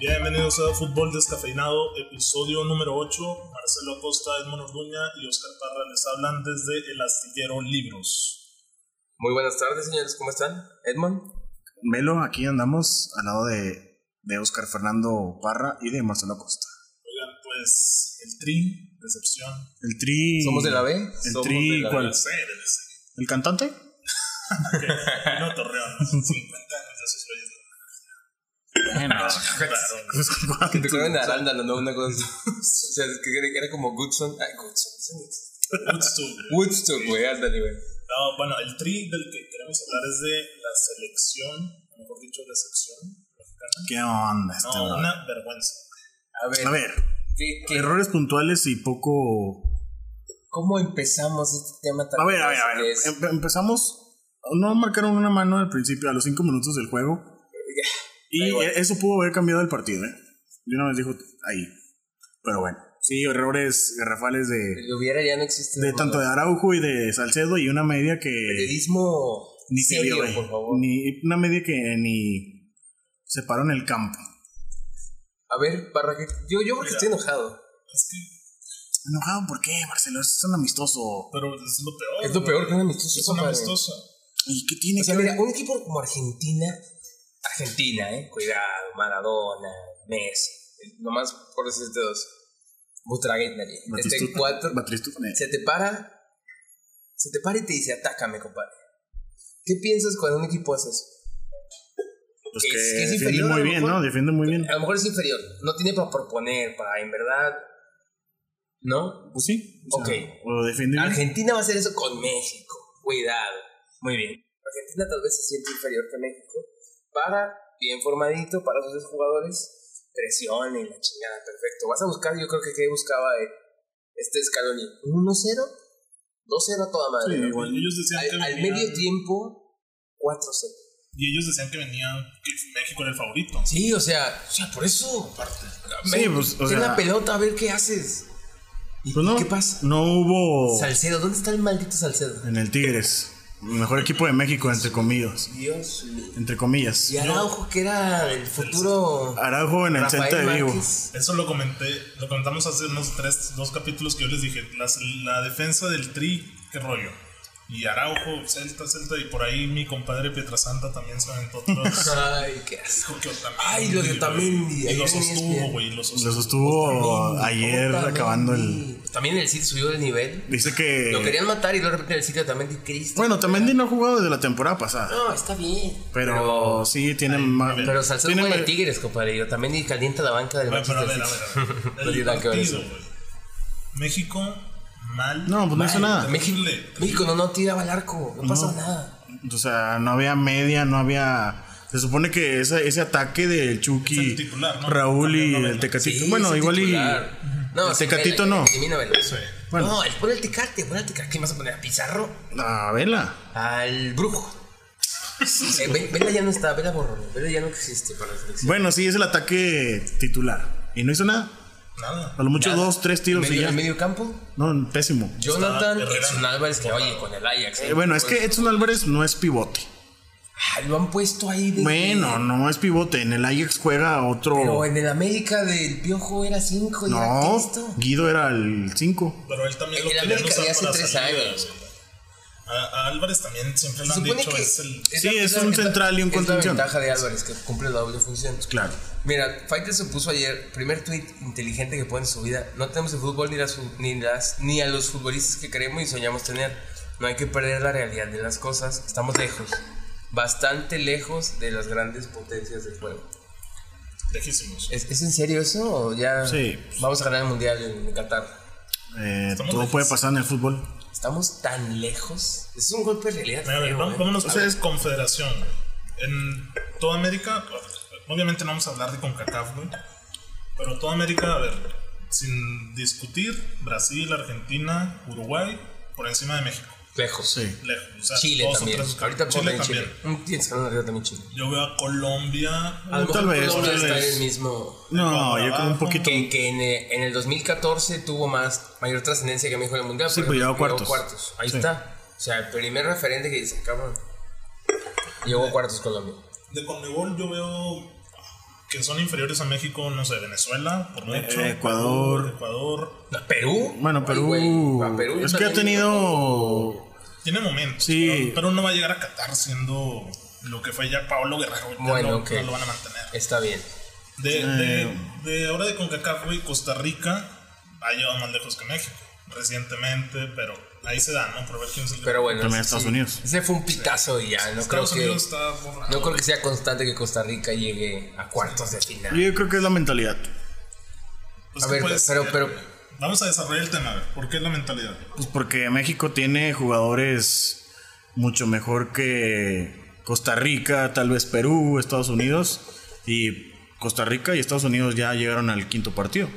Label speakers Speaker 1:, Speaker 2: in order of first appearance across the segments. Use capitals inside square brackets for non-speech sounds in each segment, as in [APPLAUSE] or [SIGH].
Speaker 1: Bienvenidos a Fútbol Descafeinado, episodio número 8. Marcelo Acosta, Edmond Orduña y Oscar Parra les hablan desde el astillero Libros.
Speaker 2: Muy buenas tardes, señores, ¿cómo están? Edmond.
Speaker 3: Melo, aquí andamos al lado de, de Oscar Fernando Parra y de Marcelo Acosta.
Speaker 1: Oigan, pues el tri, decepción.
Speaker 3: El tri.
Speaker 2: ¿Somos de la B?
Speaker 3: El
Speaker 2: Somos
Speaker 3: tri,
Speaker 2: de la B.
Speaker 3: ¿cuál?
Speaker 1: Puede ser, el ese.
Speaker 3: ¿El cantante?
Speaker 1: Ok, no Torreón, 50 años de sus reyes. Claro.
Speaker 2: Que te
Speaker 3: [LAUGHS]
Speaker 2: acuerdas de Arándano, ¿no? Una cosa. [LAUGHS] o sea, que era- que era como Goodson. Ay, Goodson. sí.
Speaker 1: Woodstock.
Speaker 2: Woodstock, güey, ándale, güey.
Speaker 1: No, bueno, el tri del que queremos hablar es de la selección, o mejor dicho, decepción mexicana.
Speaker 3: ¿Qué onda este,
Speaker 1: No,
Speaker 3: bro?
Speaker 1: una vergüenza.
Speaker 2: A ver,
Speaker 3: A ver,
Speaker 2: ¿qué- qué-
Speaker 3: errores puntuales y poco.
Speaker 2: cómo empezamos este tema tan
Speaker 3: A ver, a ver, a ver. em-
Speaker 2: que es-
Speaker 3: Empe- empezamos. No marcaron una mano al principio, a los cinco minutos
Speaker 2: [LAUGHS]
Speaker 3: del juego.
Speaker 2: Da
Speaker 3: Y
Speaker 2: igual.
Speaker 3: e- eso pudo haber cambiado el partido, ¿eh? Yo no les dijo ahí. Pero bueno, sí, errores garrafales de,
Speaker 2: Si lo hubiera ya no existe.
Speaker 3: de tanto de Araujo y de Salcedo y una media que.
Speaker 2: Periodismo
Speaker 3: Ni se
Speaker 2: serio,
Speaker 3: vio, güey.
Speaker 2: por favor.
Speaker 3: Ni una media que ni se paró en el campo.
Speaker 2: A ver, para que. Yo, yo porque
Speaker 1: Mira.
Speaker 2: estoy enojado.
Speaker 1: Es que,
Speaker 3: Enojado, ¿por qué, Marcelo? Es un amistoso.
Speaker 1: pero pues, es lo peor.
Speaker 2: Es lo peor que un amistoso.
Speaker 1: Es una
Speaker 2: compadre.
Speaker 1: amistosa.
Speaker 3: ¿Y qué tiene
Speaker 2: O sea,
Speaker 3: que
Speaker 2: mira,
Speaker 3: ver?
Speaker 2: un equipo como Argentina, Argentina, eh, cuidado, Maradona, Messi, eh, nomás por decirte dos, Butraguet, nadie. Este
Speaker 3: Batistuta-
Speaker 2: cuatro,
Speaker 3: Batistuta, eh.
Speaker 2: se te para, se te para y te dice, atácame, compadre. ¿Qué piensas cuando un equipo hace eso?
Speaker 3: Pues
Speaker 2: que
Speaker 3: que,
Speaker 2: es- que es
Speaker 3: defiende
Speaker 2: inferior, a
Speaker 3: muy
Speaker 2: lo
Speaker 3: bien,
Speaker 2: mejor.
Speaker 3: ¿no? Defiende muy bien.
Speaker 2: A lo mejor es inferior, no tiene para proponer, para en verdad, ¿no?
Speaker 3: Pues sí. O
Speaker 2: Ok.
Speaker 3: O defiende bien.
Speaker 2: Argentina va a hacer eso con México, cuidado, muy bien. Argentina tal vez se siente inferior que México, para, bien formadito, para sus jugadores, presión y la chingada, perfecto. Vas a buscar, yo creo que que buscaba eh, este Scaloni, 1-0, 2-0 a toda madre.
Speaker 3: Sí,
Speaker 2: ¿no?
Speaker 3: igual.
Speaker 1: Y ellos decían que
Speaker 2: Al, al
Speaker 1: venían-
Speaker 2: medio tiempo, 4-0.
Speaker 1: Y ellos decían que venía que México era el favorito.
Speaker 2: Sí, o sea, o sea, por eso.
Speaker 3: Sí, pues, o
Speaker 2: ten
Speaker 3: sea-
Speaker 2: la pelota, a ver qué haces. ¿Y
Speaker 3: Pues no, Oh.
Speaker 2: qué pasa?
Speaker 3: No hubo
Speaker 2: Salcedo, ¿dónde está el maldito Salcedo?
Speaker 3: en el Tigres. Mejor equipo de México, entre comillas.
Speaker 2: Dios mío.
Speaker 3: Entre comillas.
Speaker 2: Y Araujo, que era el futuro
Speaker 3: Araujo Ah, en el
Speaker 2: Rafael
Speaker 3: centro de Vigo.
Speaker 2: Márquez.
Speaker 1: Eso lo comenté, lo comentamos hace unos tres, dos capítulos que yo les dije, las- la defensa del tri, qué rollo. Y Araujo, Celta, Celta, y por ahí mi compadre Pietrasanta también se aventó
Speaker 2: [LAUGHS]
Speaker 1: todos.
Speaker 2: Ay, qué asco.
Speaker 1: Dijo que Otamendi,
Speaker 2: Ay, lo de Otamendi,
Speaker 1: Y
Speaker 2: ahí
Speaker 1: lo
Speaker 2: en
Speaker 1: sostuvo,
Speaker 2: ESPN.
Speaker 1: güey, lo sostuvo.
Speaker 3: Lo sostuvo ayer
Speaker 2: Otamendi.
Speaker 3: acabando el.
Speaker 2: Pues También el Cid subió de nivel.
Speaker 3: Dice que.
Speaker 2: Lo querían matar y luego de repente el sitio también de Cristo.
Speaker 3: Bueno, Tamendi no ha jugado desde la temporada pasada.
Speaker 2: No, está bien.
Speaker 3: Pero, sí, tiene más.
Speaker 2: Pero Salcedo
Speaker 3: tiene
Speaker 2: juega de
Speaker 3: ma-
Speaker 2: Tigres, compadre. Yo también y calienta la banca del
Speaker 1: Bueno, pero a ver, a
Speaker 2: Manchester
Speaker 1: ver,
Speaker 2: City.
Speaker 1: a
Speaker 3: [LAUGHS]
Speaker 1: ver.
Speaker 2: [LAUGHS] No
Speaker 1: El
Speaker 2: tiene nada que ver eso.
Speaker 1: partido, güey. México, mal.
Speaker 3: No, pues no hizo nada.
Speaker 2: México,
Speaker 1: Terrible.
Speaker 2: México no, no tiraba el arco. No, pasó nada.
Speaker 3: O sea, no había media, no había. Se supone que esa- ese ataque del Chucky,
Speaker 1: Es el titular, ¿no?
Speaker 3: Raúl y
Speaker 1: También no
Speaker 3: el
Speaker 1: ven.
Speaker 3: Tecatito.
Speaker 2: Sí,
Speaker 3: bueno,
Speaker 2: ese
Speaker 3: igual
Speaker 2: titular.
Speaker 3: el
Speaker 2: sí,
Speaker 3: Tecatito
Speaker 2: vela,
Speaker 3: no.
Speaker 2: Elimina vela.
Speaker 1: Sí.
Speaker 3: Bueno.
Speaker 2: No, el, pon el Tecate, pon el Tecate. ¿Quién vas a poner? ¿A Pizarro?
Speaker 3: y. A vela.
Speaker 1: [LAUGHS]
Speaker 2: Al Brujo. Eh, Ve- Vela ya no está, Vela borró. Vela ya no existe para la selección.
Speaker 3: Bueno, sí, es el ataque titular. Y no hizo nada.
Speaker 1: Nada.
Speaker 3: A lo mucho
Speaker 2: Nada.
Speaker 3: dos, tres tiros y
Speaker 2: medio,
Speaker 3: ya.
Speaker 2: en medio campo,
Speaker 3: No, pésimo.
Speaker 2: Jonathan
Speaker 1: Herrera.
Speaker 2: Edson Álvarez, que oye, con el Ajax. pues,
Speaker 3: Eh, bueno, es que Edson Álvarez no es pivote.
Speaker 2: Ah, lo han puesto ahí de.
Speaker 3: Bueno, no es pivote. En el Ajax juega
Speaker 2: Pero
Speaker 3: otro.
Speaker 2: en el América del Piojo era 5 y era
Speaker 3: No,
Speaker 2: Cristo.
Speaker 3: Guido era el 5.
Speaker 1: Pero él también
Speaker 2: En
Speaker 1: lo
Speaker 2: el
Speaker 1: querían
Speaker 2: América
Speaker 1: usar
Speaker 2: de hace
Speaker 1: para
Speaker 2: tres
Speaker 1: salidas,
Speaker 2: años.
Speaker 1: güey. A, a Álvarez también siempre
Speaker 2: Se
Speaker 1: le han
Speaker 2: supone
Speaker 1: dicho
Speaker 2: que
Speaker 1: es el...
Speaker 3: Sí,
Speaker 2: la-
Speaker 3: es
Speaker 2: la-
Speaker 3: un central y un contención.
Speaker 2: Es la ventaja de Álvarez, que cumple la doble función.
Speaker 3: Claro.
Speaker 2: Mira, Fighter se puso ayer, primer tweet inteligente que pone en su vida. No tenemos el fútbol ni, las fu- ni, las, ni a los futbolistas que queremos y soñamos tener. No hay que perder la realidad de las cosas. Estamos lejos, bastante lejos de las grandes potencias del juego.
Speaker 1: Lejísimos.
Speaker 2: ¿Es, es en serio eso o ya
Speaker 3: Sí.
Speaker 2: vamos a ganar el mundial en Qatar?
Speaker 3: Eh,
Speaker 1: Estamos
Speaker 3: todo
Speaker 1: lejos.
Speaker 3: puede pasar en el fútbol.
Speaker 2: Estamos tan lejos. Es un golpe de realidad.
Speaker 1: A ver,
Speaker 2: feo,
Speaker 1: va-
Speaker 2: ¿eh?
Speaker 1: vámonos
Speaker 3: A
Speaker 1: a
Speaker 3: ver.
Speaker 1: la confederación. güey. En toda América, obviamente no vamos a hablar de CONCACAF, güey. Pero toda América, a ver, sin discutir, Brasil, Argentina, Uruguay, por encima de México.
Speaker 2: Lejos.
Speaker 3: Sí.
Speaker 1: Lejos. O sea,
Speaker 2: Chile
Speaker 1: todos son
Speaker 2: también.
Speaker 1: tres-
Speaker 2: Ahorita
Speaker 1: Chile
Speaker 2: ponen
Speaker 1: también.
Speaker 2: Chile. Un tienes que hablar arriba también Chile.
Speaker 1: Yo veo a Colombia.
Speaker 2: A lo mejor
Speaker 3: Tal vez,
Speaker 2: Colombia
Speaker 3: tal
Speaker 2: está
Speaker 3: vez.
Speaker 2: en el mismo.
Speaker 3: No, yo creo un
Speaker 1: abajo.
Speaker 3: poquito.
Speaker 2: Que, que en, eh, en el 2014 tuvo más mayor trascendencia que México en el Mundial.
Speaker 3: Sí,
Speaker 2: por
Speaker 3: pues,
Speaker 2: ejemplo,
Speaker 3: llegó a cuartos.
Speaker 2: Ahí
Speaker 3: Sí.
Speaker 2: está. O sea, el primer referente que dice, cabrón. Llegó a cuartos Colombia.
Speaker 1: De Conmebol yo veo que son inferiores a México, no sé, Venezuela, por mucho.
Speaker 3: Eh, Ecuador.
Speaker 1: Ecuador.
Speaker 2: Perú.
Speaker 3: Bueno,
Speaker 2: Ay,
Speaker 3: Perú.
Speaker 2: güey, a Perú
Speaker 3: es que ha
Speaker 2: también.
Speaker 3: tenido.
Speaker 1: Tiene momentos.
Speaker 3: Sí.
Speaker 1: Pero, pero no va a llegar a Qatar siendo lo que fue ya Pablo Guerrero. ya
Speaker 2: Bueno,
Speaker 1: no,
Speaker 2: ok.
Speaker 1: no lo van a mantener.
Speaker 2: Está bien.
Speaker 1: De, de, de ahora de CONCACAF, güey, Costa Rica ha llegado más lejos que México recientemente, pero ahí se da, ¿no? Por ver quién es el
Speaker 2: Pero bueno.
Speaker 3: También
Speaker 2: ese
Speaker 3: Estados
Speaker 2: sí-
Speaker 3: Unidos.
Speaker 2: Ese fue un pitazo y ya. No
Speaker 1: Estados
Speaker 2: creo
Speaker 1: Unidos
Speaker 2: que.
Speaker 1: está borrado.
Speaker 2: No creo que sea constante que Costa Rica llegue a cuartos de final.
Speaker 3: Yo creo que es la mentalidad.
Speaker 1: Pues,
Speaker 2: A
Speaker 1: ¿qué
Speaker 2: ver,
Speaker 1: puede
Speaker 2: pero-
Speaker 1: ser,
Speaker 2: pero-
Speaker 1: güey? Vamos a desarrollar el tema, a ver, ¿por qué es la mentalidad?
Speaker 3: Pues porque México tiene jugadores mucho mejor que Costa Rica, tal vez Perú, Estados Unidos. Y Costa Rica y Estados Unidos ya llegaron al quinto partido.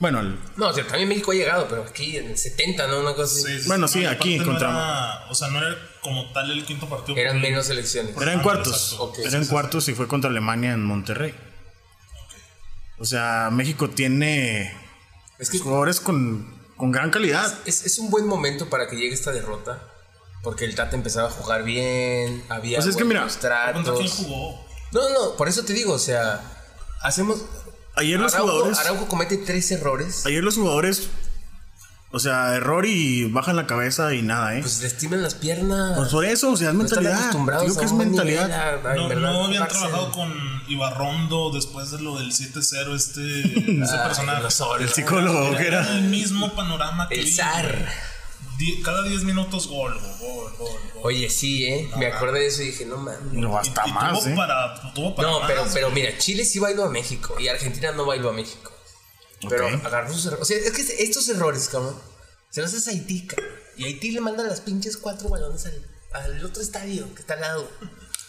Speaker 3: Bueno, al-
Speaker 2: No, o sea, también México ha llegado, pero aquí en el 70, ¿no? Una cosa así.
Speaker 3: Bueno, sí,
Speaker 1: y
Speaker 3: aquí
Speaker 1: aparte no
Speaker 3: encontramos.
Speaker 1: era- o sea, no era como tal el quinto partido.
Speaker 2: Eran
Speaker 1: porque-
Speaker 2: menos selecciones.
Speaker 3: eran
Speaker 1: Ah,
Speaker 3: cuartos.
Speaker 1: exacto.
Speaker 2: Ok, sí,
Speaker 3: eran
Speaker 2: sí, sí.
Speaker 3: cuartos y fue contra Alemania en Monterrey. O sea, México tiene
Speaker 2: Es que
Speaker 3: jugadores con, con gran calidad.
Speaker 2: es, es un buen momento para que llegue esta derrota. Porque el Tata empezaba a jugar bien, había
Speaker 3: Pues es que
Speaker 2: buenos
Speaker 1: ¿Contra
Speaker 3: mira,
Speaker 1: quién
Speaker 2: tratos.
Speaker 1: jugó?
Speaker 2: No, no, por eso te digo, o sea, hacemos.
Speaker 3: Ayer los
Speaker 2: Araujo,
Speaker 3: jugadores.
Speaker 2: Araujo comete tres errores.
Speaker 3: Ayer los jugadores. O sea, error y bajan la cabeza y nada, ¿eh?
Speaker 2: Pues les tiemblan las piernas.
Speaker 3: Pues por eso, o sea, es
Speaker 2: No están
Speaker 3: mentalidad.
Speaker 2: acostumbrados
Speaker 3: Digo que
Speaker 2: a
Speaker 3: es
Speaker 2: un
Speaker 3: mentalidad.
Speaker 2: nivel a- a Ah, en
Speaker 1: No,
Speaker 2: verdad
Speaker 1: no habían
Speaker 2: jugarse
Speaker 1: trabajado con Ibarrondo después de lo del 7-0
Speaker 2: [LAUGHS]
Speaker 1: este ese
Speaker 2: Ay,
Speaker 1: personaje.
Speaker 2: los Orioles.
Speaker 3: El psicólogo que
Speaker 1: Era
Speaker 3: era.
Speaker 1: el mismo panorama que
Speaker 2: El
Speaker 1: vi,
Speaker 2: zar.
Speaker 1: güey. Die- cada 10 minutos gol, güey, gol, gol, gol.
Speaker 2: Oye, sí, ¿eh? Me acordé de eso y dije, no mames.
Speaker 3: No,
Speaker 1: Y-
Speaker 3: hasta
Speaker 1: y
Speaker 3: más,
Speaker 1: tuvo
Speaker 3: ¿eh?
Speaker 1: para, tuvo para
Speaker 2: No,
Speaker 1: más,
Speaker 2: pero,
Speaker 1: güey.
Speaker 2: pero mira, Chile sí bailó a México y Argentina no bailó a México. Pero
Speaker 3: Ok.
Speaker 2: agarró sus errores. O sea, es que estos errores, cabrón, se los hace Haití, cabrón. Y Haití le manda las pinches cuatro balones al, al otro estadio que está al lado.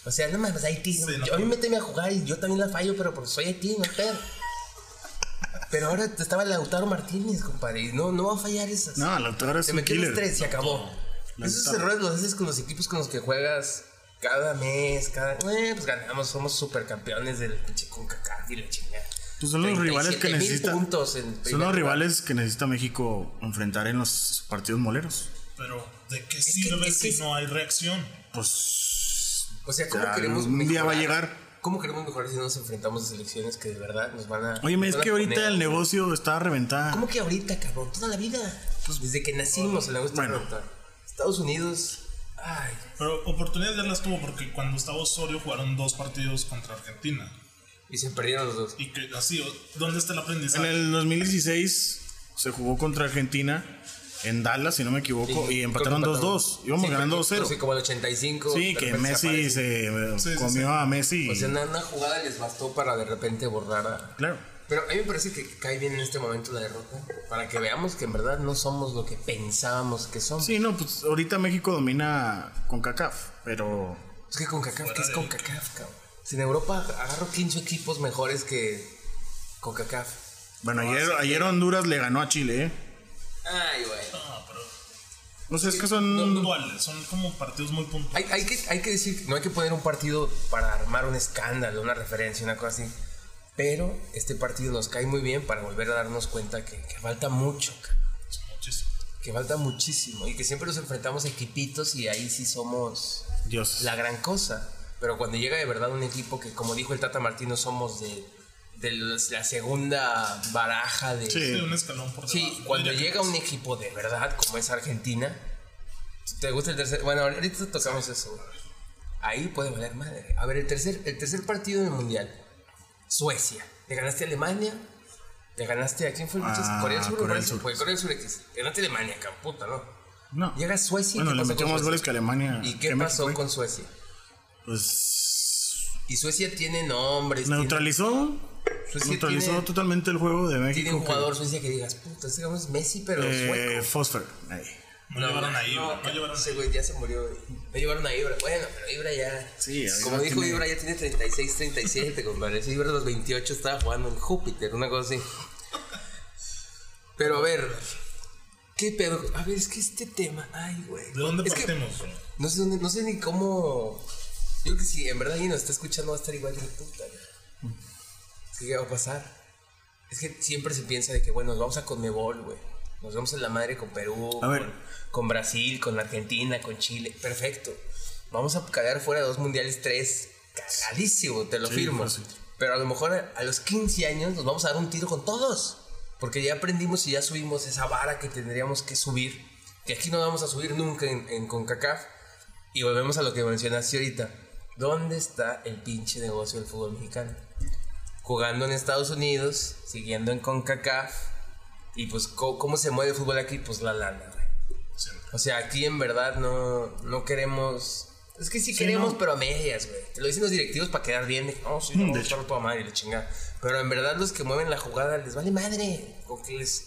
Speaker 2: O sea, no mames, Haití.
Speaker 1: Sí, no.
Speaker 2: yo, a mí me teme a jugar y yo también la fallo, pero porque soy Haití, no pedo. Pero ahora estaba Lautaro Martínez, compadre. y no, no va a fallar esas.
Speaker 3: No, la autora es
Speaker 2: Se
Speaker 3: un
Speaker 2: metió los
Speaker 3: killer.
Speaker 2: tres y acabó. Esos
Speaker 3: Lamentable.
Speaker 2: errores los haces con los equipos con los que juegas cada mes, cada... Eh, pues ganamos, somos supercampeones del pinche CONCACAF y la chingada.
Speaker 3: Pues son los rivales que
Speaker 2: 37,000
Speaker 3: necesita.
Speaker 2: puntos en
Speaker 3: Son
Speaker 2: primer
Speaker 3: los
Speaker 2: lugar.
Speaker 3: rivales que necesita México enfrentar en los partidos moleros.
Speaker 1: Pero, ¿de qué
Speaker 2: que-
Speaker 1: sirve
Speaker 2: es que-
Speaker 1: si no hay reacción?
Speaker 3: Pues.
Speaker 2: O sea, ¿cómo
Speaker 3: Ya,
Speaker 2: queremos
Speaker 3: un día va a
Speaker 2: mejorar?
Speaker 3: llegar.
Speaker 2: ¿Cómo queremos mejorar si no nos enfrentamos a selecciones que de verdad nos van a...
Speaker 3: Oye,
Speaker 2: nos
Speaker 3: es
Speaker 2: van a
Speaker 3: que ahorita
Speaker 2: poner-
Speaker 3: el negocio está a reventar.
Speaker 2: ¿Cómo que ahorita, cabrón? Toda la vida. Desde que nacimos se la gusta
Speaker 3: Pues, Bueno.
Speaker 2: preguntar. Estados Unidos... Ay,
Speaker 1: Pero oportunidades ya las tuvo porque cuando estaba Osorio jugaron dos partidos contra Argentina.
Speaker 2: y se perdieron los dos.
Speaker 1: Y que así, o- ¿dónde está el
Speaker 3: En
Speaker 1: aprendizaje?
Speaker 3: el 2016 se jugó contra Argentina en Dallas, si no me equivoco, y empataron 2-2. Íbamos
Speaker 2: Sí,
Speaker 3: ganando
Speaker 2: porque, no
Speaker 3: 2-0.
Speaker 2: sé, como el 85.
Speaker 3: Sí,
Speaker 2: de
Speaker 3: que
Speaker 2: repente se
Speaker 3: Messi
Speaker 2: aparece.
Speaker 3: se eh,
Speaker 1: Sí, sí,
Speaker 3: comió
Speaker 1: sí.
Speaker 3: a Messi.
Speaker 2: O sea, una, una jugada les bastó para de repente borrar a...
Speaker 3: Claro.
Speaker 2: Pero a mí me parece que cae bien en este momento la derrota. Para que veamos que en verdad no somos lo que pensábamos que somos.
Speaker 3: Sí, no, pues ahorita México domina con CACAF, pero
Speaker 2: Es que con CACAF, ¿qué es
Speaker 1: de-
Speaker 2: con CACAF, cabrón? Si en Europa agarro 15 equipos mejores que con CACAF.
Speaker 3: bueno, ayer, ayer Honduras le ganó a Chile, ¿eh?
Speaker 2: Ay, bueno.
Speaker 1: No, Ah, pero
Speaker 3: No sé, es que son...
Speaker 1: puntuales, son como partidos muy puntuales.
Speaker 2: Hay, hay que, hay que decir, no hay que poner un partido para armar un escándalo, una referencia, una cosa así. Pero este partido nos cae muy bien para volver a darnos cuenta que, que falta mucho, cabrón.
Speaker 1: Es muchísimo.
Speaker 2: que falta muchísimo y que siempre nos enfrentamos a equipitos y ahí sí somos
Speaker 3: Dios.
Speaker 2: la gran cosa. Pero cuando llega de verdad un equipo que, como dijo el Tata Martino, somos de, de los- la segunda baraja de...
Speaker 3: Sí.
Speaker 1: Sí, un escalón por
Speaker 2: Sí,
Speaker 1: debajo.
Speaker 2: cuando
Speaker 1: Diría que
Speaker 2: llega
Speaker 1: más.
Speaker 2: un equipo de verdad como es Argentina, ¿te gusta el tercer? Bueno, ahorita tocamos eso. Ahí puede valer madre. A ver, el tercer, el tercer partido del Mundial. Suecia. Le ganaste a Alemania. Le ganaste a quién fue el muchacho?
Speaker 3: Ah,
Speaker 2: Corea del Sur.
Speaker 3: Corea
Speaker 2: Corea
Speaker 3: del
Speaker 2: del Sur.
Speaker 3: Sur.
Speaker 2: Fue Corea del Sur X. Le ganaste a Alemania, cabrón, puta, ¿no?
Speaker 3: No.
Speaker 2: Llega Suecia. y
Speaker 3: Bueno,
Speaker 2: ¿qué
Speaker 3: le
Speaker 2: pasó
Speaker 3: metió
Speaker 2: con
Speaker 3: más
Speaker 2: Suecia?
Speaker 3: goles que Alemania.
Speaker 2: ¿Y qué
Speaker 3: que México,
Speaker 2: pasó
Speaker 3: ¿eh?
Speaker 2: con Suecia?
Speaker 3: Pues...
Speaker 2: Y Suecia tiene nombres. Pues tiene-
Speaker 3: Neutralizó...
Speaker 2: Suecia
Speaker 3: Neutralizó
Speaker 2: tiene-
Speaker 3: totalmente el juego de México.
Speaker 2: Tiene un
Speaker 3: que-
Speaker 2: jugador Suecia que digas, puta, este cabrón es Messi, pero sueco.
Speaker 3: Eh, Fosfer. Ahí.
Speaker 1: No, llevaron a Ibra, no,
Speaker 2: que-
Speaker 1: llevaron a
Speaker 2: ese güey ya se murió. güey. No llevaron a Ibra. Bueno, pero Ibra ya.
Speaker 3: Sí, a
Speaker 2: Como
Speaker 3: Ibra
Speaker 2: dijo
Speaker 3: tiene-
Speaker 2: Ibra, ya tiene 36, 37, compadre. Ese Ibra de los 28 estaba jugando en Júpiter, una cosa así. Pero a ver, ¿qué pedo? A ver, es que este tema. Ay, güey.
Speaker 1: ¿De dónde
Speaker 2: es que
Speaker 1: partimos? güey?
Speaker 2: no sé, dónde- no sé ni cómo. Yo creo que si en verdad alguien nos está escuchando va a estar igual de puta. güey. Es que, ¿Qué va a pasar? Es que siempre se piensa de que, bueno, nos vamos a Conmebol, güey. Nos vamos en la madre con Perú,
Speaker 3: A ver.
Speaker 2: Con, con Brasil, con Argentina, con Chile. Perfecto. Vamos a cagar fuera de dos mundiales, tres. Cagadísimo, te lo
Speaker 3: Sí,
Speaker 2: firmo.
Speaker 3: fácil.
Speaker 2: Pero a lo mejor a, a los 15 años nos vamos a dar un tiro con todos. Porque ya aprendimos y ya subimos esa vara que tendríamos que subir. Que aquí no vamos a subir nunca en, en CONCACAF. Y volvemos a lo que mencionaste ahorita. ¿Dónde está el pinche negocio del fútbol mexicano? Jugando en Estados Unidos, siguiendo en CONCACAF. Y pues, ¿cómo, cómo se mueve el fútbol aquí? Pues la lana, güey.
Speaker 1: Siempre.
Speaker 2: O sea, aquí en verdad no, no queremos. Es que sí, queremos,
Speaker 1: no.
Speaker 2: pero a medias, güey. Te lo dicen los directivos para quedar bien. de que, No, sí, no, vamos a echarle toda madre y la chingada. Pero en verdad, los que mueven la jugada les vale madre. Con que les,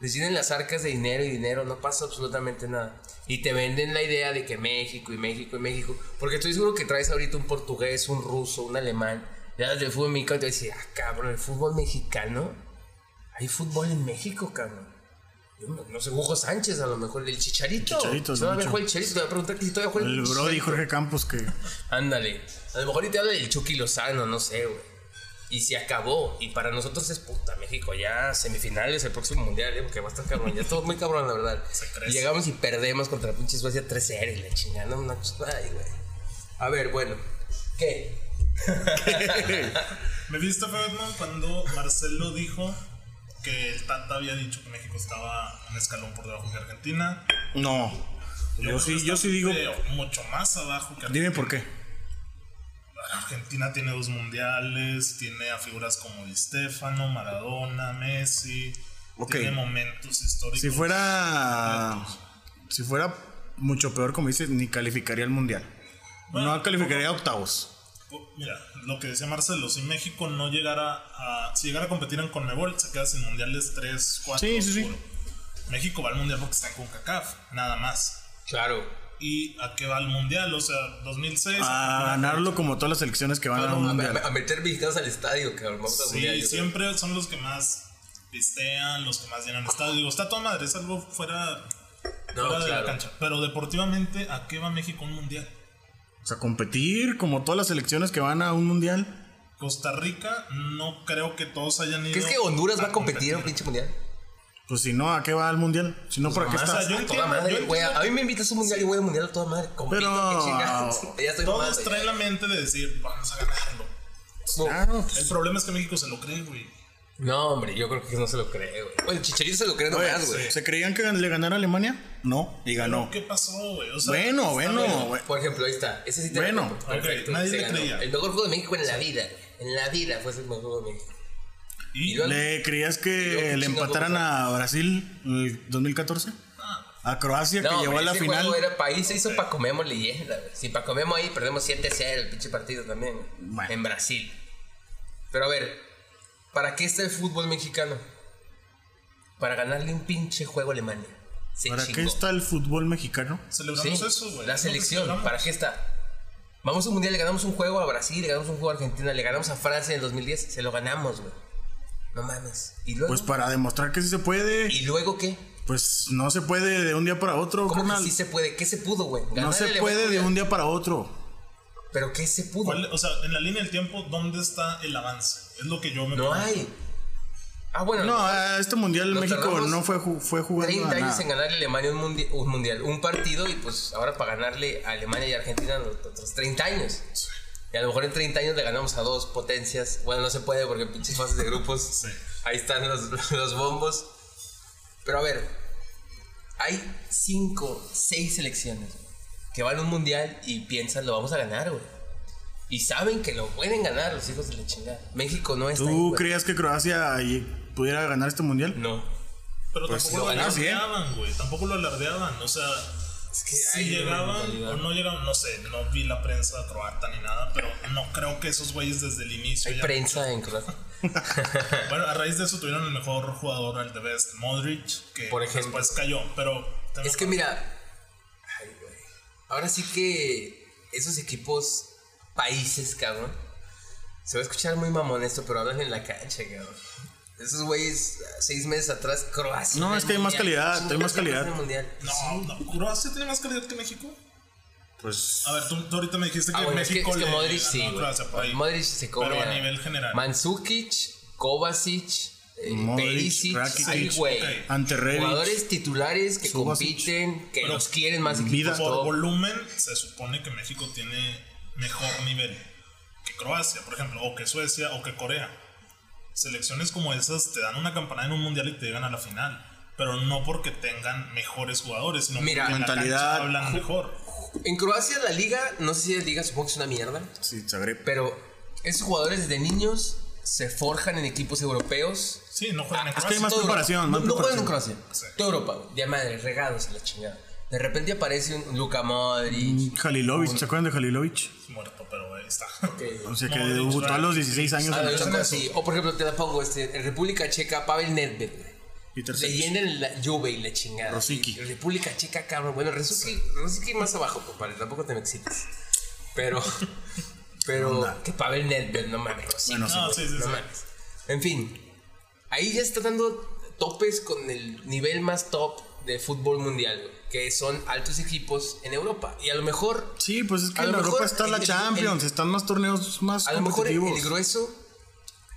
Speaker 2: les llenen las arcas de dinero y dinero, no pasa absolutamente nada. Y te venden la idea de que México y México y México. Porque estoy seguro que traes ahorita un portugués, un ruso, un alemán. Le das del fútbol mexicano y te vas a decir, ah, cabrón, el fútbol mexicano. Hay fútbol en México, cabrón. Yo No, no sé, Hugo Sánchez, a lo mejor el Chicharito.
Speaker 3: El Chicharito,
Speaker 2: Si todavía
Speaker 3: mucho.
Speaker 2: juega el Chicharito, te voy a preguntar que si todavía juega
Speaker 3: El Brody
Speaker 2: Chicharito.
Speaker 3: Jorge Campos que
Speaker 2: Ándale. A lo mejor y te habla del Chucky Lozano, no sé, güey. Y se acabó. Y para nosotros es puta México. Ya semifinales, el próximo mundial, ¿eh? porque va a estar cabrón. Ya todo muy cabrón, la verdad.
Speaker 1: crece.
Speaker 2: Y llegamos y perdemos contra pinche Suecia 3-0 y la chingada. No, no, pues, ay, güey. A ver, bueno. ¿Qué?
Speaker 1: ¿Me viste, Fedman, cuando Marcelo dijo que el Tata había dicho que México estaba un escalón por debajo que Argentina?
Speaker 3: no. Yo
Speaker 1: creo que
Speaker 3: sí,
Speaker 1: está
Speaker 3: yo sí digo,
Speaker 1: pero Mucho más abajo que Argentina.
Speaker 3: dime por qué.
Speaker 1: Argentina tiene dos mundiales, tiene a figuras como Di Stefano, Maradona, Messi.
Speaker 3: Ok.
Speaker 1: Tiene momentos históricos.
Speaker 3: Si fuera si fuera mucho peor como dices, ni calificaría el mundial.
Speaker 1: Bueno,
Speaker 3: No calificaría a octavos.
Speaker 1: Oh, Mira, lo que decía Marcelo, si México no llegara a. Si llegara a competir en Conmebol, se queda sin mundiales 3, 4.
Speaker 3: Sí, sí, sí.
Speaker 1: México va al mundial porque está en CONCACAF, nada más.
Speaker 2: Claro.
Speaker 1: ¿Y a qué va el mundial? O sea, 2006.
Speaker 2: Ah,
Speaker 3: A ganarlo como todas las elecciones que van a
Speaker 1: Claro,
Speaker 3: un
Speaker 2: A,
Speaker 3: mundial.
Speaker 2: a- a meter mexicanos al estadio, cabrón. Vamos al
Speaker 1: Sí,
Speaker 2: mundial, yo creo.
Speaker 1: siempre son los que más pistean, los que más llenan estadios. Digo, está toda madre, es algo fuera,
Speaker 2: No,
Speaker 1: fuera de la
Speaker 2: claro.
Speaker 1: cancha. Pero deportivamente, ¿a qué va México un mundial?
Speaker 3: O sea, competir como todas las elecciones que van a un mundial.
Speaker 1: Costa Rica, no creo que todos hayan ido.
Speaker 2: ¿Crees que Honduras va a competir en un pinche mundial?
Speaker 3: Pues si no, ¿a qué va el mundial? Si no, ¿para qué
Speaker 2: Mamá,
Speaker 3: está?
Speaker 1: o sea, Pues yo
Speaker 2: a
Speaker 1: entiendo,
Speaker 2: toda madre,
Speaker 1: yo
Speaker 2: güey.
Speaker 1: entiendo
Speaker 2: A mí me invitas a un mundial y voy a mundial a toda madre. Compito,
Speaker 3: Pero-
Speaker 1: [LAUGHS]
Speaker 2: qué chingados. Ya estoy
Speaker 1: Todos
Speaker 2: mamando.
Speaker 1: traen la mente de decir, vamos a ganarlo.
Speaker 3: Claro, pues,
Speaker 1: El problema es que México se lo cree, güey.
Speaker 2: No, hombre, yo creo que no se lo cree, güey. Bueno, Chicharito se lo cree
Speaker 3: oye,
Speaker 2: nomás, güey.
Speaker 3: ¿Se creían que le ganara a Alemania? No, y ganó.
Speaker 1: ¿Qué pasó, güey? O sea,
Speaker 3: Bueno,
Speaker 1: está
Speaker 3: bueno,
Speaker 1: bien.
Speaker 3: güey.
Speaker 2: Por ejemplo, ahí está. Ese sí te
Speaker 3: Bueno,
Speaker 2: lo compro.
Speaker 1: ok, nadie
Speaker 2: se
Speaker 1: le
Speaker 2: ganó.
Speaker 1: creía.
Speaker 2: El mejor juego de México en la vida. En la vida fue el mejor juego de México.
Speaker 1: Y,
Speaker 2: Y luego-
Speaker 3: ¿Le creías
Speaker 2: Yo,
Speaker 3: que
Speaker 2: qué
Speaker 3: le
Speaker 2: chingado,
Speaker 3: empataran
Speaker 2: ¿cómo?
Speaker 3: a Brasil el 2014? A Croacia que llevó
Speaker 2: hombre,
Speaker 3: a la
Speaker 2: ese
Speaker 3: final.
Speaker 2: juego era país, se hizo Paco Memo leyenda, güey. Si Paco Memo ahí perdemos 7-0 el pinche partido también. güey.
Speaker 3: Bueno.
Speaker 2: En Brasil. Pero a ver, ¿para qué está el fútbol mexicano? Para ganarle un pinche juego a Alemania. Se
Speaker 3: ¿Para
Speaker 2: chingó.
Speaker 3: qué está el fútbol mexicano?
Speaker 2: Sí,
Speaker 1: celebramos eso, güey.
Speaker 2: la
Speaker 1: Nosotros
Speaker 2: selección,
Speaker 1: celebramos.
Speaker 2: ¿para qué está? Vamos a un mundial, le ganamos un juego a Brasil, le ganamos un juego a Argentina, le ganamos a Francia en el 2010, se lo ganamos, güey. No mames. ¿Y luego?
Speaker 3: Pues para demostrar que sí se puede,
Speaker 2: ¿Y luego qué?
Speaker 3: pues no se puede de un día para otro,
Speaker 2: ¿Cómo
Speaker 3: carnal.
Speaker 2: que sí se puede? ¿Qué se pudo, güey?
Speaker 3: No
Speaker 2: Ganar
Speaker 3: se
Speaker 2: el
Speaker 3: puede de
Speaker 2: Mundial.
Speaker 3: un día para otro.
Speaker 2: ¿Pero qué se pudo?
Speaker 1: ¿Cuál- o sea, en la línea del tiempo, ¿dónde está el avance? Es lo que yo me
Speaker 2: No
Speaker 1: pregunto.
Speaker 2: hay. Ah, bueno.
Speaker 3: No, a este mundial
Speaker 2: Nos
Speaker 3: México
Speaker 2: tardamos
Speaker 3: no fue ju- fue jugando
Speaker 2: 30
Speaker 3: a
Speaker 2: años en
Speaker 3: nada.
Speaker 2: ganarle a Alemania un, mundi- un mundial, un partido, y pues ahora para ganarle a Alemania y Argentina los otros 30 años. Y a lo mejor en 30 años le ganamos a dos potencias. Bueno, no se puede porque pinches fases de
Speaker 3: [LAUGHS]
Speaker 2: grupos. Ahí están los, los bombos. Pero a ver, hay 5, 6 selecciones güey, que van a un mundial y piensan lo vamos a ganar, güey. Y saben que lo pueden ganar los hijos de la chingada. México no está ahí,
Speaker 3: ¿Tú
Speaker 2: güey.
Speaker 3: creías que Croacia y- pudiera ganar este mundial?
Speaker 2: No.
Speaker 1: Pero tampoco
Speaker 3: Pues
Speaker 2: sí,
Speaker 1: lo
Speaker 2: lo ganaron,
Speaker 1: alardeaban, güey. Tampoco lo alardeaban. O sea,
Speaker 2: Es que
Speaker 1: si
Speaker 2: hay una
Speaker 1: llegaban
Speaker 2: mentalidad.
Speaker 1: o no llegaban, no sé, no vi la prensa croata ni nada, pero no creo que esos güeyes desde el inicio.
Speaker 2: Hay
Speaker 1: ya-
Speaker 2: prensa en Croacia.
Speaker 1: Bueno, a raíz de eso tuvieron el mejor jugador, el de Best, Modric, que
Speaker 2: Por ejemplo.
Speaker 1: después cayó. Pero también-
Speaker 2: Es que mira, ay, güey. ahora sí que esos equipos, países, cabrón, se va a escuchar muy mamón esto, pero hablan en la cancha, cabrón. Esos güeyes, seis meses atrás, Croacia.
Speaker 3: No, es que hay más calidad, hay más calidad.
Speaker 2: En el mundial.
Speaker 1: No, no, Croacia tiene más calidad que México.
Speaker 3: Pues
Speaker 1: A ver, tú, tú ahorita me dijiste que
Speaker 2: Ah, bueno, es que,
Speaker 1: México
Speaker 2: es que
Speaker 1: le
Speaker 2: Modric
Speaker 1: ganó
Speaker 2: sí.
Speaker 1: a
Speaker 2: güey.
Speaker 1: Croacia por ahí.
Speaker 2: Modric se come.
Speaker 1: Pero a nivel general.
Speaker 2: Mansukic, Kovacic, eh,
Speaker 3: Modric,
Speaker 2: Perisic,
Speaker 3: Rakitic,
Speaker 2: ay, güey.
Speaker 1: ok.
Speaker 3: ante Rebic,
Speaker 2: Jugadores titulares que
Speaker 3: Subasic.
Speaker 2: compiten, que
Speaker 1: Pero
Speaker 2: los quieren más equipos.
Speaker 3: vida
Speaker 1: Por
Speaker 2: top.
Speaker 1: volumen, se supone que México tiene mejor nivel que Croacia, por ejemplo, o que Suecia, o que Corea. Selecciones como esas te dan una campanada en un mundial y te llegan a la final. Pero no porque tengan mejores jugadores, sino
Speaker 2: Mira,
Speaker 1: porque en la
Speaker 3: mentalidad.
Speaker 1: cancha hablan mejor.
Speaker 2: En Croacia la liga, no sé si es liga, supongo que es una mierda,
Speaker 3: Sí, Zagreb.
Speaker 2: pero esos jugadores desde niños se forjan en equipos europeos.
Speaker 1: Sí, no juegan en
Speaker 3: Ah, es que hay
Speaker 1: Croacia.
Speaker 3: más
Speaker 2: Toda
Speaker 3: preparación,
Speaker 2: Europa.
Speaker 3: más
Speaker 2: no, no juegan en
Speaker 3: preparación.
Speaker 2: Croacia. Toda Europa, de madre, regados en la chingada. De repente aparece un Luka
Speaker 3: Mm,
Speaker 2: Modric.
Speaker 3: Jalilovic, ¿se acuerdan de Jalilovic?
Speaker 1: Muerto, pero ahí está.
Speaker 2: que-
Speaker 3: O sea, que
Speaker 1: Modric,
Speaker 3: debutó a
Speaker 1: Suárez.
Speaker 3: los 16 años
Speaker 2: Ah,
Speaker 3: en
Speaker 2: de una
Speaker 3: el
Speaker 1: hacen
Speaker 2: cosa
Speaker 1: eso.
Speaker 2: así. O por ejemplo, te la pongo este, en República Checa, Pavel Nedved. güey.
Speaker 3: Peter
Speaker 2: Leyenda en la Juve y la chingada.
Speaker 3: Rosicky.
Speaker 2: Y República Checa, cabrón. Bueno, Rosicky, Rosicky más abajo, compadre. Tampoco te me excites.
Speaker 1: [LAUGHS]
Speaker 2: Pero, pero, que Pavel Nedved, no mames, Rosicky.
Speaker 3: Bueno,
Speaker 1: No,
Speaker 2: güey,
Speaker 1: sí, sí,
Speaker 2: no
Speaker 1: sí.
Speaker 2: mames. En fin, ahí ya está dando topes con el nivel más top de fútbol mundial, güey, que son altos equipos en Europa. Y a lo mejor
Speaker 3: Sí, pues es que
Speaker 2: A
Speaker 3: en
Speaker 2: lo
Speaker 3: Europa
Speaker 2: mejor
Speaker 3: está
Speaker 2: el-
Speaker 3: la
Speaker 2: el-
Speaker 3: Champions, están más torneos más
Speaker 2: A lo mejor el,
Speaker 3: competitivos.
Speaker 2: el grueso